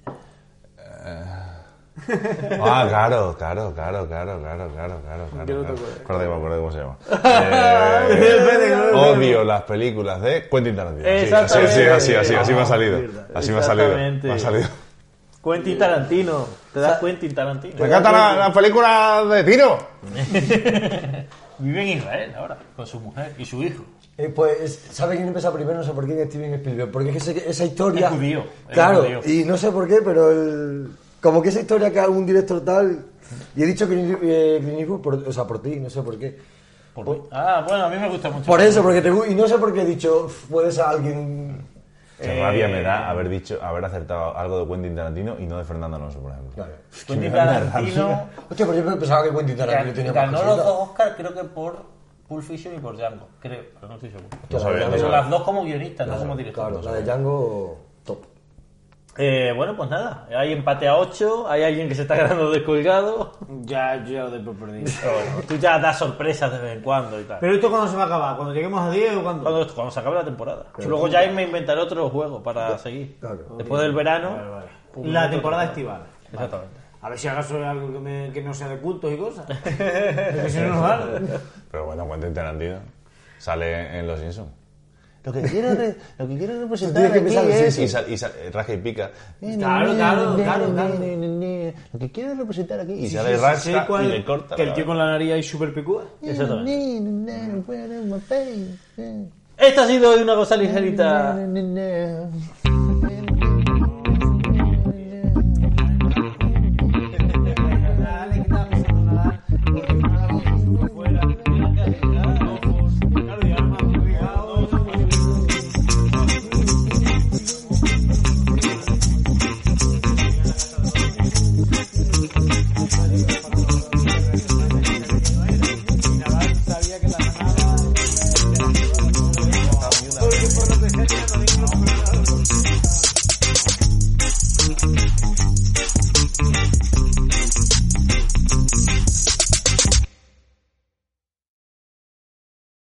Speaker 2: Ah, claro, claro, claro, claro, claro, claro, claro. claro,
Speaker 1: no te
Speaker 2: claro.
Speaker 1: acuerdas.
Speaker 2: Acuérdate, me acuerdo cómo se llama. Eh, odio las películas de Quentin Tarantino. Sí, así, así, así, así, así
Speaker 1: Ah,
Speaker 2: me ha salido. Así me ha salido. Me ha salido.
Speaker 3: Quentin Tarantino. ¿Te das Quentin Tarantino?
Speaker 2: Me encantan las las películas de tiro.
Speaker 3: Vive en Israel ahora, con su mujer y su hijo.
Speaker 4: Eh, pues, ¿sabe quién empezó primero? No sé por quién Steven Spielberg. Porque es que ese- esa historia.
Speaker 3: Es judío, es
Speaker 4: Claro,
Speaker 3: judío.
Speaker 4: y no sé por qué, pero el- como que esa historia que algún director tal. Y he dicho Clint eh, Clint Eastwood, por- o sea, por ti, no sé por qué.
Speaker 3: Por- ah, bueno, a mí me gusta mucho.
Speaker 4: Por eso, porque te gu- Y no sé por qué he dicho, "Uf, puedes a alguien.
Speaker 2: Qué rabia me da haber dicho, haber acertado algo de Quentin Tarantino y no de Fernando Alonso, por ejemplo.
Speaker 4: Claro.
Speaker 3: Quentin Tarantino
Speaker 4: Hostia, pero yo pensaba que Quentin Tarantino tenía
Speaker 3: gan- ganó
Speaker 4: más
Speaker 3: los
Speaker 4: cositas.
Speaker 3: dos Oscars, creo que por Pulp Fiction y por Django. Creo, pero no estoy seguro.
Speaker 2: No sabía, no
Speaker 3: Pero
Speaker 2: sabía.
Speaker 3: las dos como guionistas, no como
Speaker 4: Claro,
Speaker 3: directores.
Speaker 4: la de Django, top.
Speaker 3: Eh, bueno, pues nada, hay empate a 8, hay alguien que se está quedando descolgado.
Speaker 1: Ya, yo ya lo doy por perdido.
Speaker 3: Pero bueno, tú ya das sorpresas de vez en cuando y tal.
Speaker 1: Pero esto cuando se va a acabar, cuando lleguemos a 10 o cuando.
Speaker 3: Cuando, cuando se acabe la temporada. Luego ya me inventaré otro juego para seguir.
Speaker 4: claro.
Speaker 3: Después del verano. publico
Speaker 1: La
Speaker 3: otro
Speaker 1: temporada
Speaker 3: juego.
Speaker 1: estival.
Speaker 3: Exactamente.
Speaker 1: A ver si acaso es algo que, me- que no sea de cultos y cosas. Porque si no nos vale.
Speaker 2: Pero bueno, Quentin Tarantino sale en Los Simpsons.
Speaker 6: Lo que quiero, re- lo que quiero representar
Speaker 4: Tienes que
Speaker 6: aquí
Speaker 4: empezar de
Speaker 6: es...
Speaker 2: Y, sal- y sal- raja y pica.
Speaker 1: Claro, claro, claro, claro.
Speaker 6: Lo que quiero representar aquí
Speaker 2: Y
Speaker 6: es...
Speaker 2: sale
Speaker 1: Sí,
Speaker 2: rasca
Speaker 1: cuál-
Speaker 2: y le corta.
Speaker 1: Que el
Speaker 2: la
Speaker 1: tío con la nariz ahí súper picúa.
Speaker 3: Exactamente.
Speaker 6: Exactamente.
Speaker 3: Esta ha sido hoy una cosa ligerita.